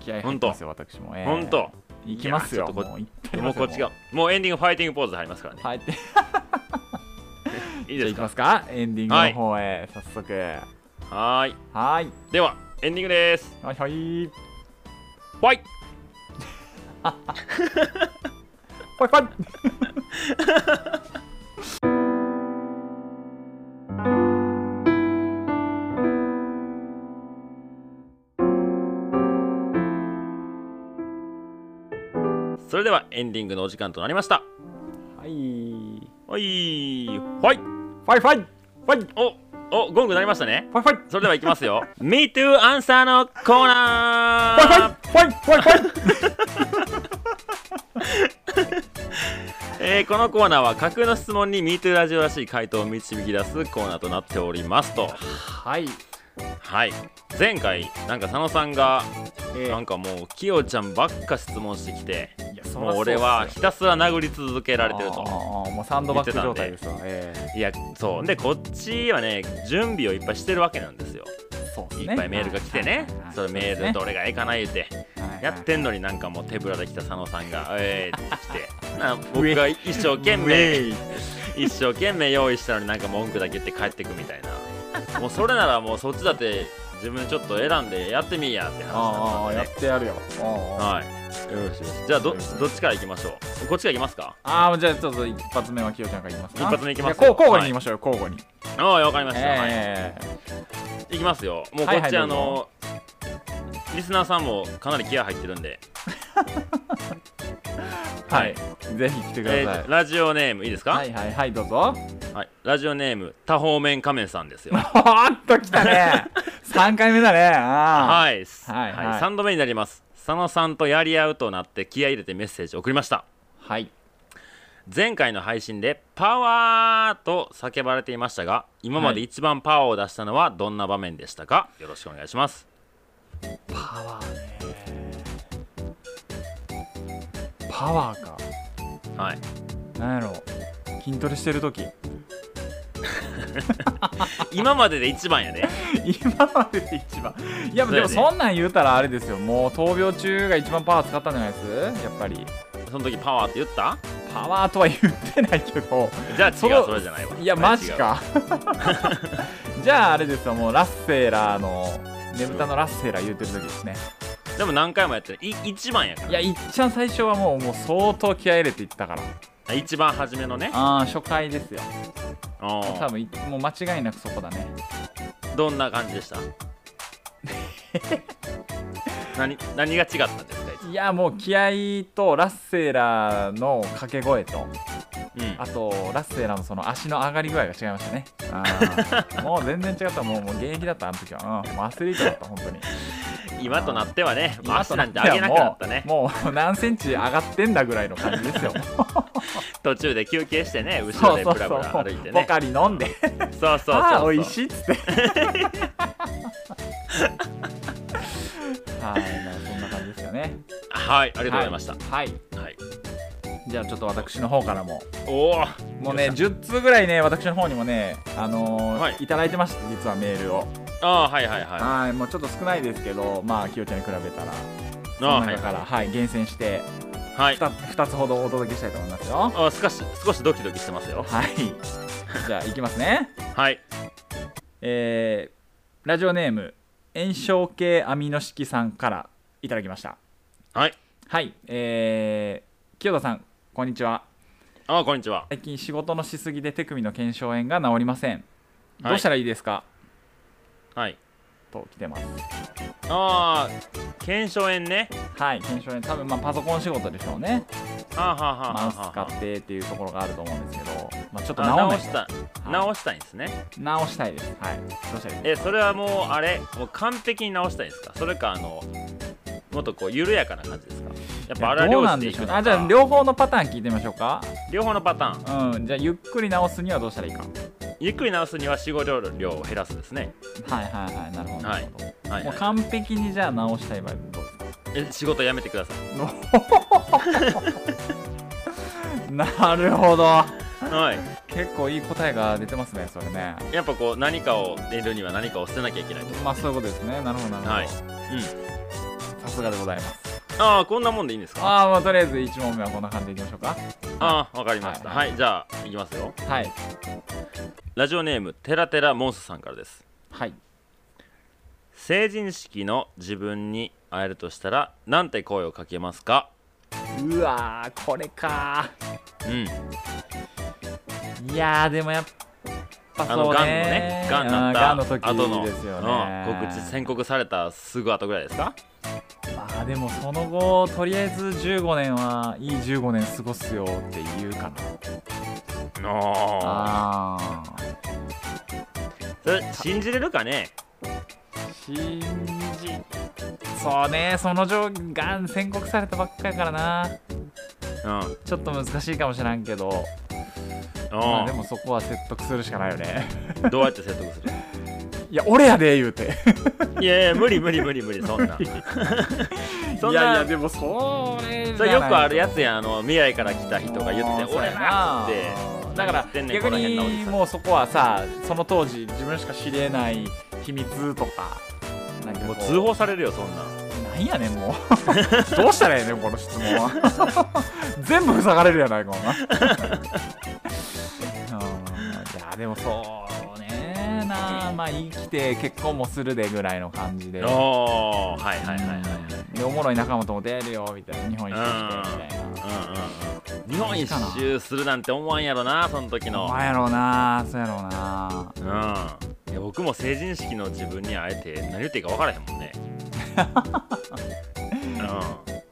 A: 気合入ってますよ私も、ええ
B: ほんと
A: 行きますよ
B: いやちょっとこ
A: もう行って
B: もうこっちがもうエンディングファイティングポーズ入りますからね
A: はいで
B: いい
A: じゃあ
B: で
A: 行
B: す
A: きま
B: か
A: すかエンディングの方へ、早速
B: はーい
A: はい
B: ではエンディングです
A: はいはい
B: ファイ
A: パイパイ
B: それではエンディングのお時間となりました
A: はい
B: はいファイ
A: ファイファイファイ
B: おおゴング鳴りましたね
A: ファイファイ
B: それではいきます よ MeToo アンサーのコーナ
A: ファイファイ
B: ー
A: ファイファイファイ
B: えーこのコーナーは架空の質問に MeToo ラジオらしい回答を導き出すコーナーとなっております
A: は
B: と
A: い
B: はい前回なんか佐野さんが
A: ええ
B: なんかもうきよちゃんばっか質問してきて
A: いやそら
B: もう
A: そうっす
B: 俺
A: よ
B: はひたすら殴り続けられてる
A: あ
B: と
A: ーあーもうサンドバッグ状態ですわええ
B: いやそうでこっちはね準備をいっぱいしてるわけなんですよ
A: そうっす
B: い
A: ね
B: っぱいメールが来てね
A: はい
B: それメールどれがいいかな言うて
A: はい
B: やってんのになんかもう手ぶらで来た佐野さんが「えー」って来てな僕が一生懸
A: ウェ
B: 命
A: イ
B: 一生懸命用意したのになんか文句だけ言って帰ってくみたいなもうそれならもうそっちだって自分ちょっと選んでやってみいやって話
A: あーあ
B: だ
A: ー
B: った
A: や
B: んで
A: っ
B: ね
A: てやるよあー
B: はいよしよしじゃあどどっちからいきましょうこっちからいきますか
A: あーじゃあちょっと一発目はきよちゃんからいきますか
B: 一発目いきま
A: や
B: す
A: こう交互にいきましょうよ交互に
B: ああわかりました、はい
A: ええ
B: いきますよもうこ
A: はい
B: っ
A: はい
B: ち、あ
A: どう
B: のリスナーさんもかなり気合入ってるんで、
A: はいぜひ来てください
B: えーラジオネームいいですか、は
A: はいいはいはいどうぞ
B: ラジオネーム多方面仮面さんですよ
A: あっと来た ね三回目だねあ
B: はい、
A: はいはい
B: 3度目になります佐野さんとやり合うとなって気合い入れてメッセージ送りました
A: ーはい
B: 前回の配信で「パワー!」と叫ばれていましたが今まで一番パワーを出したのはどんな場面でしたかよろしくお願いします
A: パワーねパワーか
B: はい
A: なんやろ筋トレしてる時
B: 今までで一番やね
A: 今までで一番いや
B: そう
A: で
B: やね
A: もそんなん言うたらあれですよもう闘病中が一番パワー使ったんじゃないですやっぱり
B: その時パワーって言った
A: パワーとは言ってないけ ど
B: じゃあ違う
A: そ
B: そ
A: の
B: れじゃないわ
A: いや
B: それ
A: マ
B: は違う
A: ジか じゃああれですよもうラッセーラーのねぶたのラッセーラー言うてる時ですね
B: でも何回もやってるい一番やから
A: いやいっちゃん最初はもうもう相当気合い入れていったから
B: 一番初めのね
A: ああ初回ですよ
B: うん
A: 多分いもう間違いなくそこだね
B: どんな感じでした 何何が違ったんですかいつも
A: いやもう気合とラッセーラーの掛け声と
B: うん
A: あとラッセーラーのその足の上がり具合が違いましたねあー もう全然違ったもうもう現役だったあの時は、うん、もうアスリートだった本当 に
B: 今となってはね
A: 今
B: 足
A: と
B: なんて
A: っては
B: 上げなくなったね
A: もうもう何センチ上がってんだぐらいの感じですよ
B: 途中で休憩してね後
A: そ
B: ろ
A: う
B: で
A: そう
B: ブ
A: そう
B: ラブラ歩いて
A: ポ
B: ね
A: カリ飲んで
B: そうそうそう
A: あ
B: そ
A: あ
B: う
A: 美味しいっ つってはいまあそんな感じですよね
B: はい
A: あ
B: ありがとうございました、
A: はい、はい
B: はい、
A: じゃあちょっと私の方からも
B: おお
A: もうね10通ぐらいね私の方にもねあのー
B: はい
A: い、ただいてました実はメールを
B: ああーはいはいはいあ
A: はいもうちょっと少ないですけどまあきよちゃんに比べたらそ
B: あ
A: の
B: ーはい
A: 中から、はい厳選して
B: はい
A: 2, つほどお届けしたいと思いますよ
B: あー少し少しドキドキしてますよ
A: はいじゃあいきますね
B: はい
A: えーラジオネーム炎症系アミノ式さんからいただきました
B: はい
A: はいえー、清田さんこんにちは
B: ああこんにちは
A: 最近仕事のしすぎで手首の腱鞘炎が治りません
B: はい
A: どうしたらいいですか、
B: はい
A: と来てます
B: ああ腱鞘炎ね
A: はい検証に多分まあパソコン仕事でしょうね
B: はあはあはあはあ
A: マウス
B: は
A: 使
B: あ
A: ってっていうところがあると思うんですけど、まあ、ちょっと
B: あ
A: 直
B: 直
A: 直
B: し
A: したい
B: 直したいんですね
A: 直したいですはいどうしたらいいで
B: えそれはもうあれもう完璧に直したいですかそれかあのもっとこう緩やかな感じですかやっ
A: す
B: ぱ
A: か
B: 荒
A: どう
B: 漁
A: な
B: 師
A: ん
B: で
A: で
B: い
A: し
B: く
A: ょうね
B: のか
A: あじゃあ両方のパターン聞いてみましょうか
B: 両方のパターン
A: うんじゃあゆっくり直すにはどうしたらいいか
B: ゆっくり直すには死後量を減らすですね
A: はいはいはいなるほどなるほど、
B: はい、
A: もう
B: はい、
A: 完璧にじゃあ直したい場合どうですか
B: え仕事やめてくださ
A: なるほど
B: いはい
A: 結構いい答えが出てますねそれね
B: やっぱこう何かを得るには何かを捨てなきゃいけないと
A: まあそういうことですねなるほどなるほど、
B: はいうん
A: さすがでございます
B: ああこんなもんでいいんですか
A: ああまあとりあえず1問目はこんな感じでいきましょうか
B: ああわかりました
A: は
B: はい、じゃあいきますよ
A: はい
B: ラジオネームテラテラモンスさんからです
A: はい
B: 成人式の自分に会えるとしたらなんて声をかけますか
A: うわーこれか
B: うん
A: いやーでもやっぱ
B: あの
A: そう
B: がんの
A: ね
B: ねがんに
A: うんが
B: なんっ
A: の
B: た
A: 時
B: 後の
A: ですよ
B: う
A: ね
B: ん告知宣告されたすぐ後ぐらいですか
A: まあでもその後とりあえず15年はいい15年過ごすよって言うかな
B: あ
A: ああ
B: ーそれ信じれるかね
A: 信じそうねその状がん宣告されたばっかやからな
B: うんうん
A: ちょっと難しいかもしらんけど、まあ、でもそこは説得するしかないよね
B: どうやって説得す る
A: いや俺やで言うて
B: いやいや無理無理無理無理そんなそん
A: いやいや
B: な
A: でもそれ
B: それよくあるやつやんあの未来から来た人が言ってて俺なって
A: だから逆にもうそこはさその当時自分しか知れない秘密とかなんかこ
B: もう通報されるよそんなん
A: なんやねんもう どうしたらええねんこの質問 は全部塞がれるやないかお 前 うんいやでもそうねなあまあ生きて結婚もするでぐらいの感じで
B: おーはいはいはいはい
A: でおもろい仲間とも出会えるよみたいな日本一周してみたいな
B: はいうんうんうん日本一周するなんて思わんやろなその時
A: お
B: の
A: 前やろうなそうやろうな
B: うんいや僕も成人式の自分に会えて何言っていいか分からへんもんねう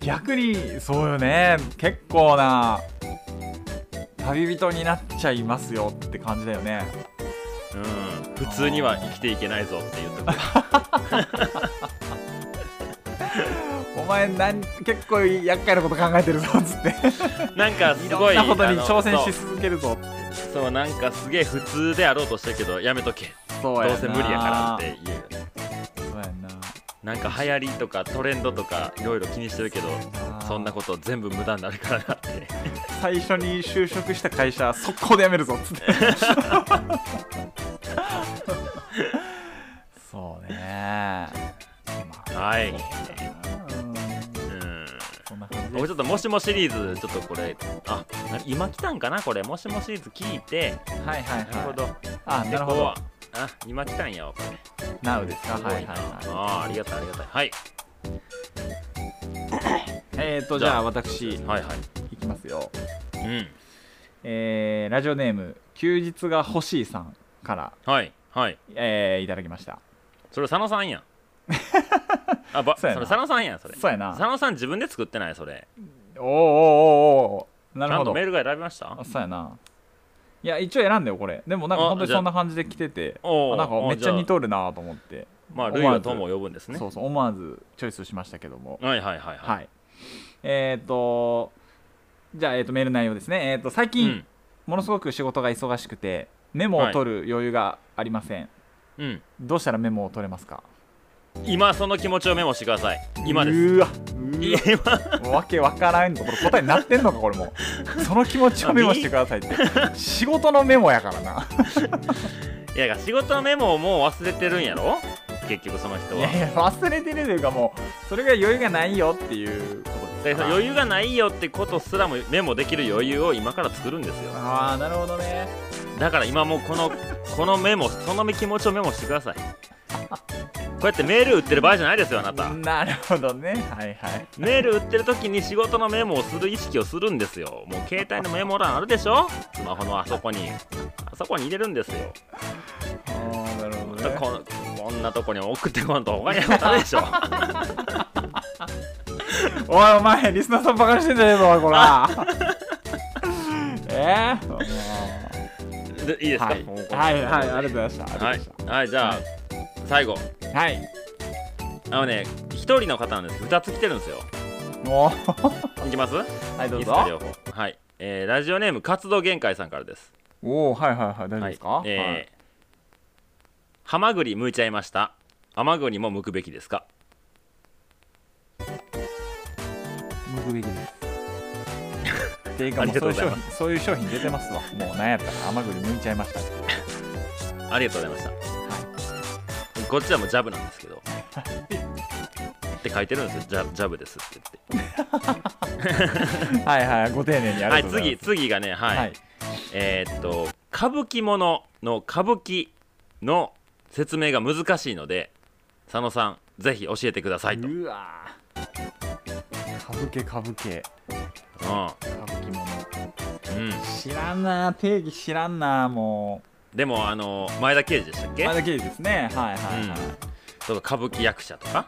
A: 逆にそうよね結構な旅人になっちゃいますよって感じだよね
B: ん、うん、普通には生きていけないぞって言っと く
A: お前なん結構厄介なこと考えてるぞっつって
B: なんかす
A: い
B: ご
A: ろ
B: い
A: んなことに
B: あの
A: 挑戦し続けるぞって
B: そうそうなんかすげえ普通であろうとしたけどやめとけ
A: そ
B: ど
A: や
B: う
A: な
B: せ無理やからっていう
A: そうやんな
B: なんか流行りとかトレンドとかいろいろ気にしてるけどそんなこと全部無駄になるからなって
A: と最初に就職した会社速攻で辞めるぞっつって そうねまあ
B: はい、
A: うん
B: う
A: そんな感じ
B: ん、
A: で
B: 僕ちょっともしもシリーズちょっとこれあ今来たんかなこれもしもシリーズ聞いて
A: はいはいはい
B: なるほど、
A: あ
B: で
A: なるほ
B: こ
A: ど
B: うあ今来たんやわこれ
A: なうですか
B: すご
A: はいい
B: な、
A: はいはい
B: あーありがたいありがたいはい
A: えーとじ
B: じゃあ
A: ゃあ私い
B: はいはい
A: きますよ、
B: うん
A: えーラジオネーム休日が欲しいさんから、
B: はいはい
A: えーいただきました
B: それ佐野さん やんあばそ
A: そうや
B: れ
A: な
B: 佐野さんやんそれ
A: そうやな
B: 佐野さん自分で作ってないそれ
A: おーおーおーおーな
B: ち
A: る
B: ゃ
A: ほ
B: んと
A: ど
B: メールが選びました
A: あそうやないや一応選んだよこれでもなんか
B: あ
A: 本当に
B: じゃあ
A: そんな感じで来てて
B: お
A: あ
B: ー
A: なんか
B: おー
A: めっち
B: じ
A: ゃ
B: あ
A: 似とるなと思って
B: まあ
A: 思
B: ルイ
A: わ
B: は
A: ず
B: 友を呼ぶんですね
A: そうそう思わずチョイスしましたけども
B: はいはいはい
A: はいいえーとじゃあ、えー、とメール内容ですねえーと最
B: う
A: 近、
B: ん
A: ものすごく仕事が忙しくてメモを取る余裕がありません、
B: うん
A: どうしたらメモを取れますか
B: 今その気持ちをメモしてください今です
A: うーわ
B: 今
A: うーわわけわからんこれ答えになってんのかこれもうその気持ちをメモしてくださいって 仕事のメモやからない
B: や仕事のメモをもう忘れてるんやろ結局その人
A: い
B: は
A: やいや忘れてるというかもうそれが余裕がないよっていうことで
B: ですそ
A: か
B: の
A: ら
B: 余裕がないよってことすらもメモできる余裕を今から作るんですよ
A: ああなるほどね
B: だから今もうこのこのメモその気持ちをメモしてくださいこうやってメール打ってる場合じゃないですよあなた
A: なるほどねはいはい
B: メール打ってる時に仕事のメモをする意識をするんですよもう携帯のメモ欄あるでしょスマホのあそこにあそこに入れるんですよ
A: あーなるほどね
B: ここんなとこに送ってこんと他にやったでしょ
A: おいお前リスナーさんバカにしてんじゃねえぞこら えー、もう
B: でいいですか、
A: はいはいはいありがとうございましたあ
B: は
A: り
B: い
A: がとう、
B: はい、じゃあ、最後
A: ございましたはい
B: あのね一人の方なんです2つ来てるんですよ
A: もう
B: いきますい
A: はいど
B: いうです
A: ぞ
B: か両方はい、えー、ラジオネーム活動限界さんからです
A: おおはいはいはい大丈夫ですか、
B: はいえーハマグリ剥いちゃいました甘栗も剥くべきですか
A: 向くべきですっていうか
B: あ
A: も
B: り
A: う
B: が
A: そ
B: と
A: う
B: う
A: いう
B: ござい
A: 商
B: ま
A: 品そういう商品出てますわもうなんやったら甘栗剥いちゃいま した
B: ありがとうございましたこっちはもうジャブなんですけ どって書いてるんですよジャジャブですって言って
A: はいはいご丁寧にあ
B: は
A: りが
B: い
A: とうござい
B: 次
A: ます
B: 次がねはい、
A: はい
B: えーっと歌舞伎ものの歌舞伎の説明が難しいので佐野さんぜひ教えてくださいと、うん、
A: うわー歌舞伎歌舞伎歌舞伎も
B: うん
A: の知らんな定義知らんなも
B: でもあの前田慶次でしたっ
A: う
B: け
A: 前田刑事ですねはいはいはい、
B: とか歌舞伎役者とか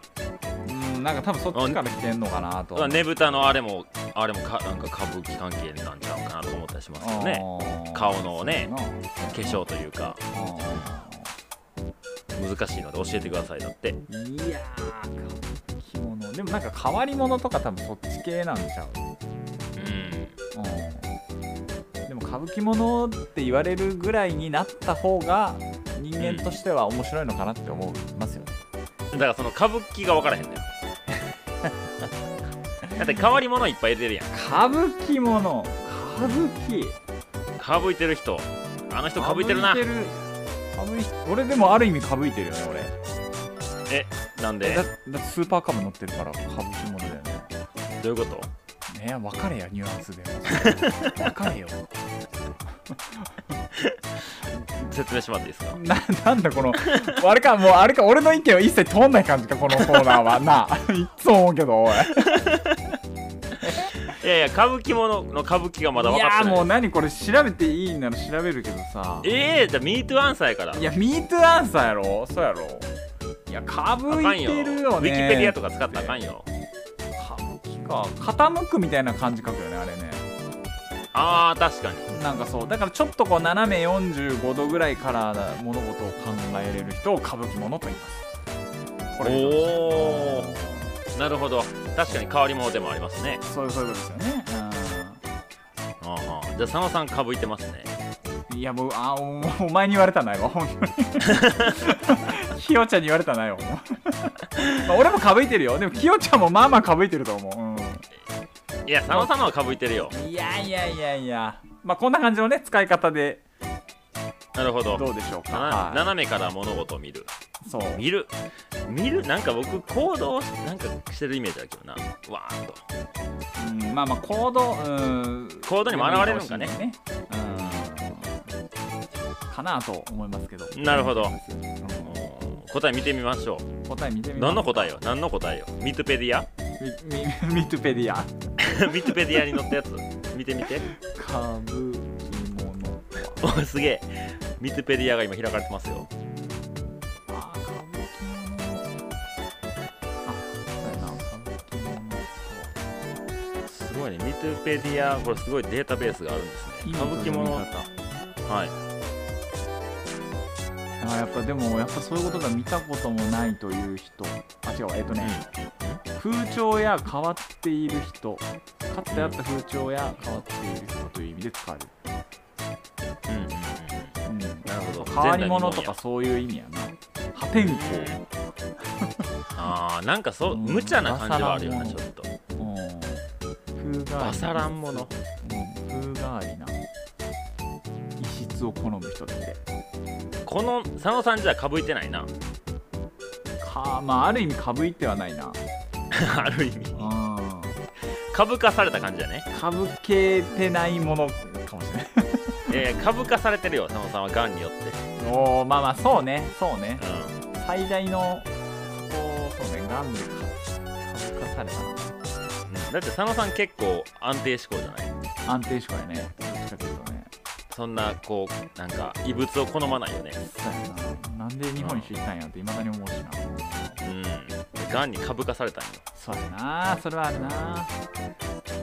A: うん、なんか多分そっちから来てんのかなと。
B: ねぶたのあれもあれもかなんか歌舞伎関係なんちゃうかなと思ったりしますよね
A: ね
B: 顔のね
A: 化
B: 化粧というか難しいので教えてくださいだって
A: いやー、着物。でもなんか変わり物とか多分そっち系なんちゃう。
B: うん
A: うん、でも歌舞伎物って言われるぐらいになった方が人間としては面白いのかなって思いますよね。
B: だからその歌舞伎が分からへん のよだって変わり者いっぱい入れてるや
A: 歌
B: ん
A: 舞伎物歌舞伎
B: かぶいてる人あの人かぶいてるな
A: 歌舞いてる歌舞い俺でもある意味かぶいてるよね俺。
B: えなんで
A: だだってスーパーカブ乗ってるから歌舞伎物だよね。
B: どういうこと
A: ね分かれやニュアンスで分かれよ
B: 説明してもらっていいですか
A: ななんだこのあれかもうあれか俺の意見を一切通んない感じかこのコーナーはなあ いっつも思うけどおい
B: いやいや歌舞伎ものの歌舞伎がまだ
A: い
B: 分かっ
A: や
B: てない
A: もう何これ調べていいんなら調べるけどさ
B: ええじゃあ「MeToo アンサー」やから
A: いや MeToo アンサーやろそうやろいやかぶ
B: あかん
A: い
B: よ
A: てるよ
B: ウ
A: ね
B: ィキペディアとか使ったらあかんよ
A: 歌舞伎か傾くみたいな感じ書くよねあれね
B: あー確かに
A: なんかそうだからちょっとこう斜め45度ぐらいから物事を考えれる人を歌舞伎者と言いますこれでどうでしょう
B: おおなるほど確かに変わり者でもありますね
A: そうそういうことですよね。
B: あーあーじゃあ佐野さんかぶいてますね
A: うん、いやもうあおお前に言われた ないわ本当に。きよちゃん に言われたないわ。まあ俺もかぶいてるよ。でもきよちゃんもまあまあかぶいてると思
B: いや佐野さんのはかぶいてるよ
A: う。うん、いやいやいやいや。まあこんな感じのね使い方で
B: なるほど
A: どうでしょうか。
B: な
A: は
B: 斜めから物事を見る
A: い、そう。
B: 見る見るなんか僕行動なんかしてるイメージだけどなわーっと
A: うん、まあまあ行動うん。
B: 行動にも現れるんかね
A: でもいいかもしれないねうん。かなと思いますけど。
B: なるほど
A: うん
B: うん答え見てみましょう
A: 答え見てみます
B: 何の答えよ何の答えよミトペディア
A: みみ ミトペディア。
B: ミトペディアに載ったやつ見て みて
A: 歌舞伎もの
B: おすげえミトペディアが今開かれてますよ
A: あ歌舞伎ものあそうやな歌舞伎もの
B: すごいねミトペディアこれすごいデータベースがあるんですね歌舞伎ものはい
A: あやっぱでもやっぱそういうことが見たこともないという人あ違うえっ、とね、風潮や変わっている人かつてあった風潮や変わっている人という意味で使われる、
B: うんうん
A: う
B: うん
A: ん、なる
B: ほど
A: 変わり者と
B: 前代未聞や
A: かそういう意味やな破天
B: あーなんかそう、
A: うん
B: 無茶な感じはあるよねちょっと
A: 荒、うん、風変わり
B: バサランもの
A: うん、風変わりな異質を好む人って
B: この佐野さんじゃかぶいてないな
A: かまあある意味かぶいてはないな
B: ある意味
A: うん
B: 株化された感じだね
A: かぶけてないものかもしれ ない
B: えー、株化されてるよ佐野さんはがんによって
A: おおまあまあそうねそうね
B: う
A: 最大のそこそうねがんでか株化された
B: ん、うん、だって佐野さん結構安定志向じゃない
A: な安定しかやねどっちかというとね
B: そんなこうなんか異物を好まないよね
A: そうやななんで日本一行ったんやっていまだに思うしな
B: うんがんに株化されたんよ
A: そうやなそれはあるな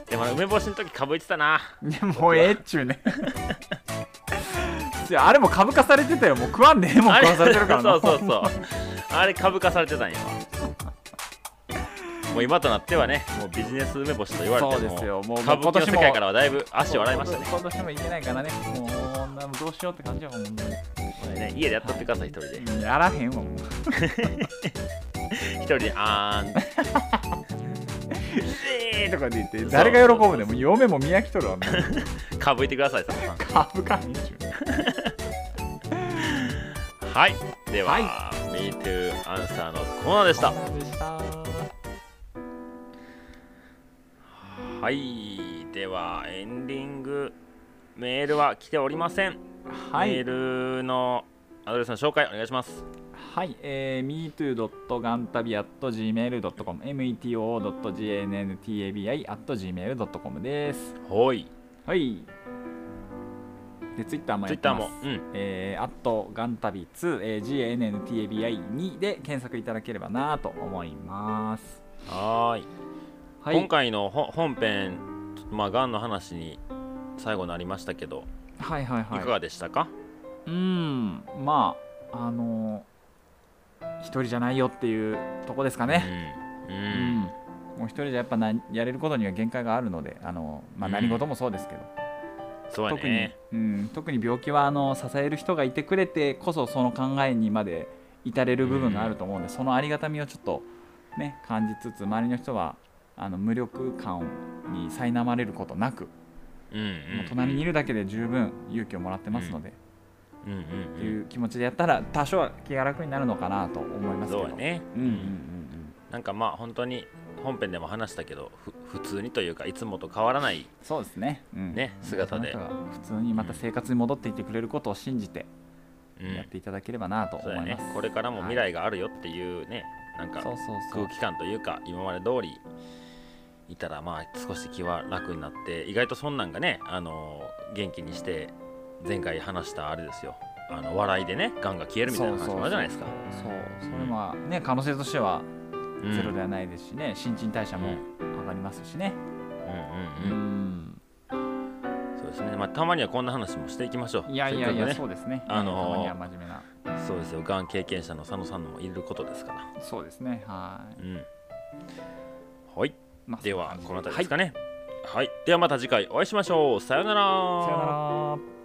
B: でも梅干しの時株いってたない
A: やもうええっち ゅうねいやあれも株化されてたよもう食わんでええもん
B: あ
A: 食
B: れ
A: わされてるからな
B: そうそうそうあれ株化されてたんやわもう今となってはねもうビジネス梅干しと言われて
A: そう
B: も
A: ですよもう
B: 歌舞伎の世
A: も
B: 界からはだいぶ足を洗いましたね
A: 今年もいけないからねもう女もどうしようって感じやもんね
B: ね家でやっとってください一人で
A: やらへんわもう
B: 一人であーん
A: えーとかで言って 誰が喜ぶねんもう嫁も見飽きとるわもう
B: かぶいてください佐野さん
A: 株価にちゅう
B: はいでは、
A: はい
B: MeToo アンサーのコーナーでした
A: でした
B: はいではエンディングメールは来ておりません、
A: は
B: メ
A: い、
B: ールのアドレスの紹介お願いします
A: はい、えー、metoo.gantabi.gmail.com、metoo.gntabi.gmail.com です。
B: はい
A: はい。で、ツイッターもや
B: ツイ
A: っ
B: ッ
A: て
B: ター
A: ま
B: も
A: す。
B: うん
A: えー、アットガンタビ2、えー、GANNTABI2 で検索いただければなと思います。
B: はーい
A: はい、
B: 今回のほ本編ちょっとまあがんの話に最後なりましたけど、
A: はいはい
B: い、
A: はい。
B: かがでしたか
A: うん、まあ、あのー、一人じゃないよっていうとこですかね。
B: う
A: う
B: ん、う
A: んんもう一人じゃやっぱなやれることには限界があるのであの、まあ、
B: うん
A: 何事もそうですけど、
B: そうや
A: 特に
B: ね、
A: うん、特に病気はあの支える人がいてくれてこそその考えにまで至れる部分があると思うんで、そのありがたみをちょっと、ね、感じつつ周りの人はあの無力感に苛まれることなく、
B: うん
A: もう隣にいるだけで十分勇気をもらってますので、
B: うんうん
A: って
B: うん
A: いう気持ちでやったら多少は気が楽になるのかなと思いますけ
B: そ
A: ど
B: うやね、
A: うんうんうん、
B: なんかまあ本当に本編でも話したけどふ普通にというかいつもと変わらない
A: そうですね,、うん、
B: ね姿で
A: その人が普通にまた生活に戻っていってくれることを信じて
B: うん
A: やっていただければなと
B: そ
A: 思
B: う
A: い
B: だ
A: ます、
B: ねこれからも未来があるよっていうね、なんか
A: そうそうそう
B: 空気感というか今まで通りいたらまあ少し気は楽になって意外とそんなんがねあのー元気にして前回話したあれですよあの笑いでねがんが消えるみたいな話もあるじゃないですか
A: そうそれもね可能性としては
B: うん
A: ゼロではないですしね、新陳代謝も上がりますしね
B: うん
A: う
B: うんうん
A: ん、
B: そうですねまあたまにはこんな話もしていきましょう
A: いやいやいや、
B: せっか
A: そうですね
B: あのー
A: たまには真面目な
B: くねそうですよがん経験者の佐野さんのもいることですから
A: そうですねはい
B: うんはい、
A: まあ
B: では
A: そん
B: この
A: な
B: 辺
A: 感
B: り
A: じ
B: ですかねはい、ではまた次回お会いしましょうさようなら
A: はい、さよなら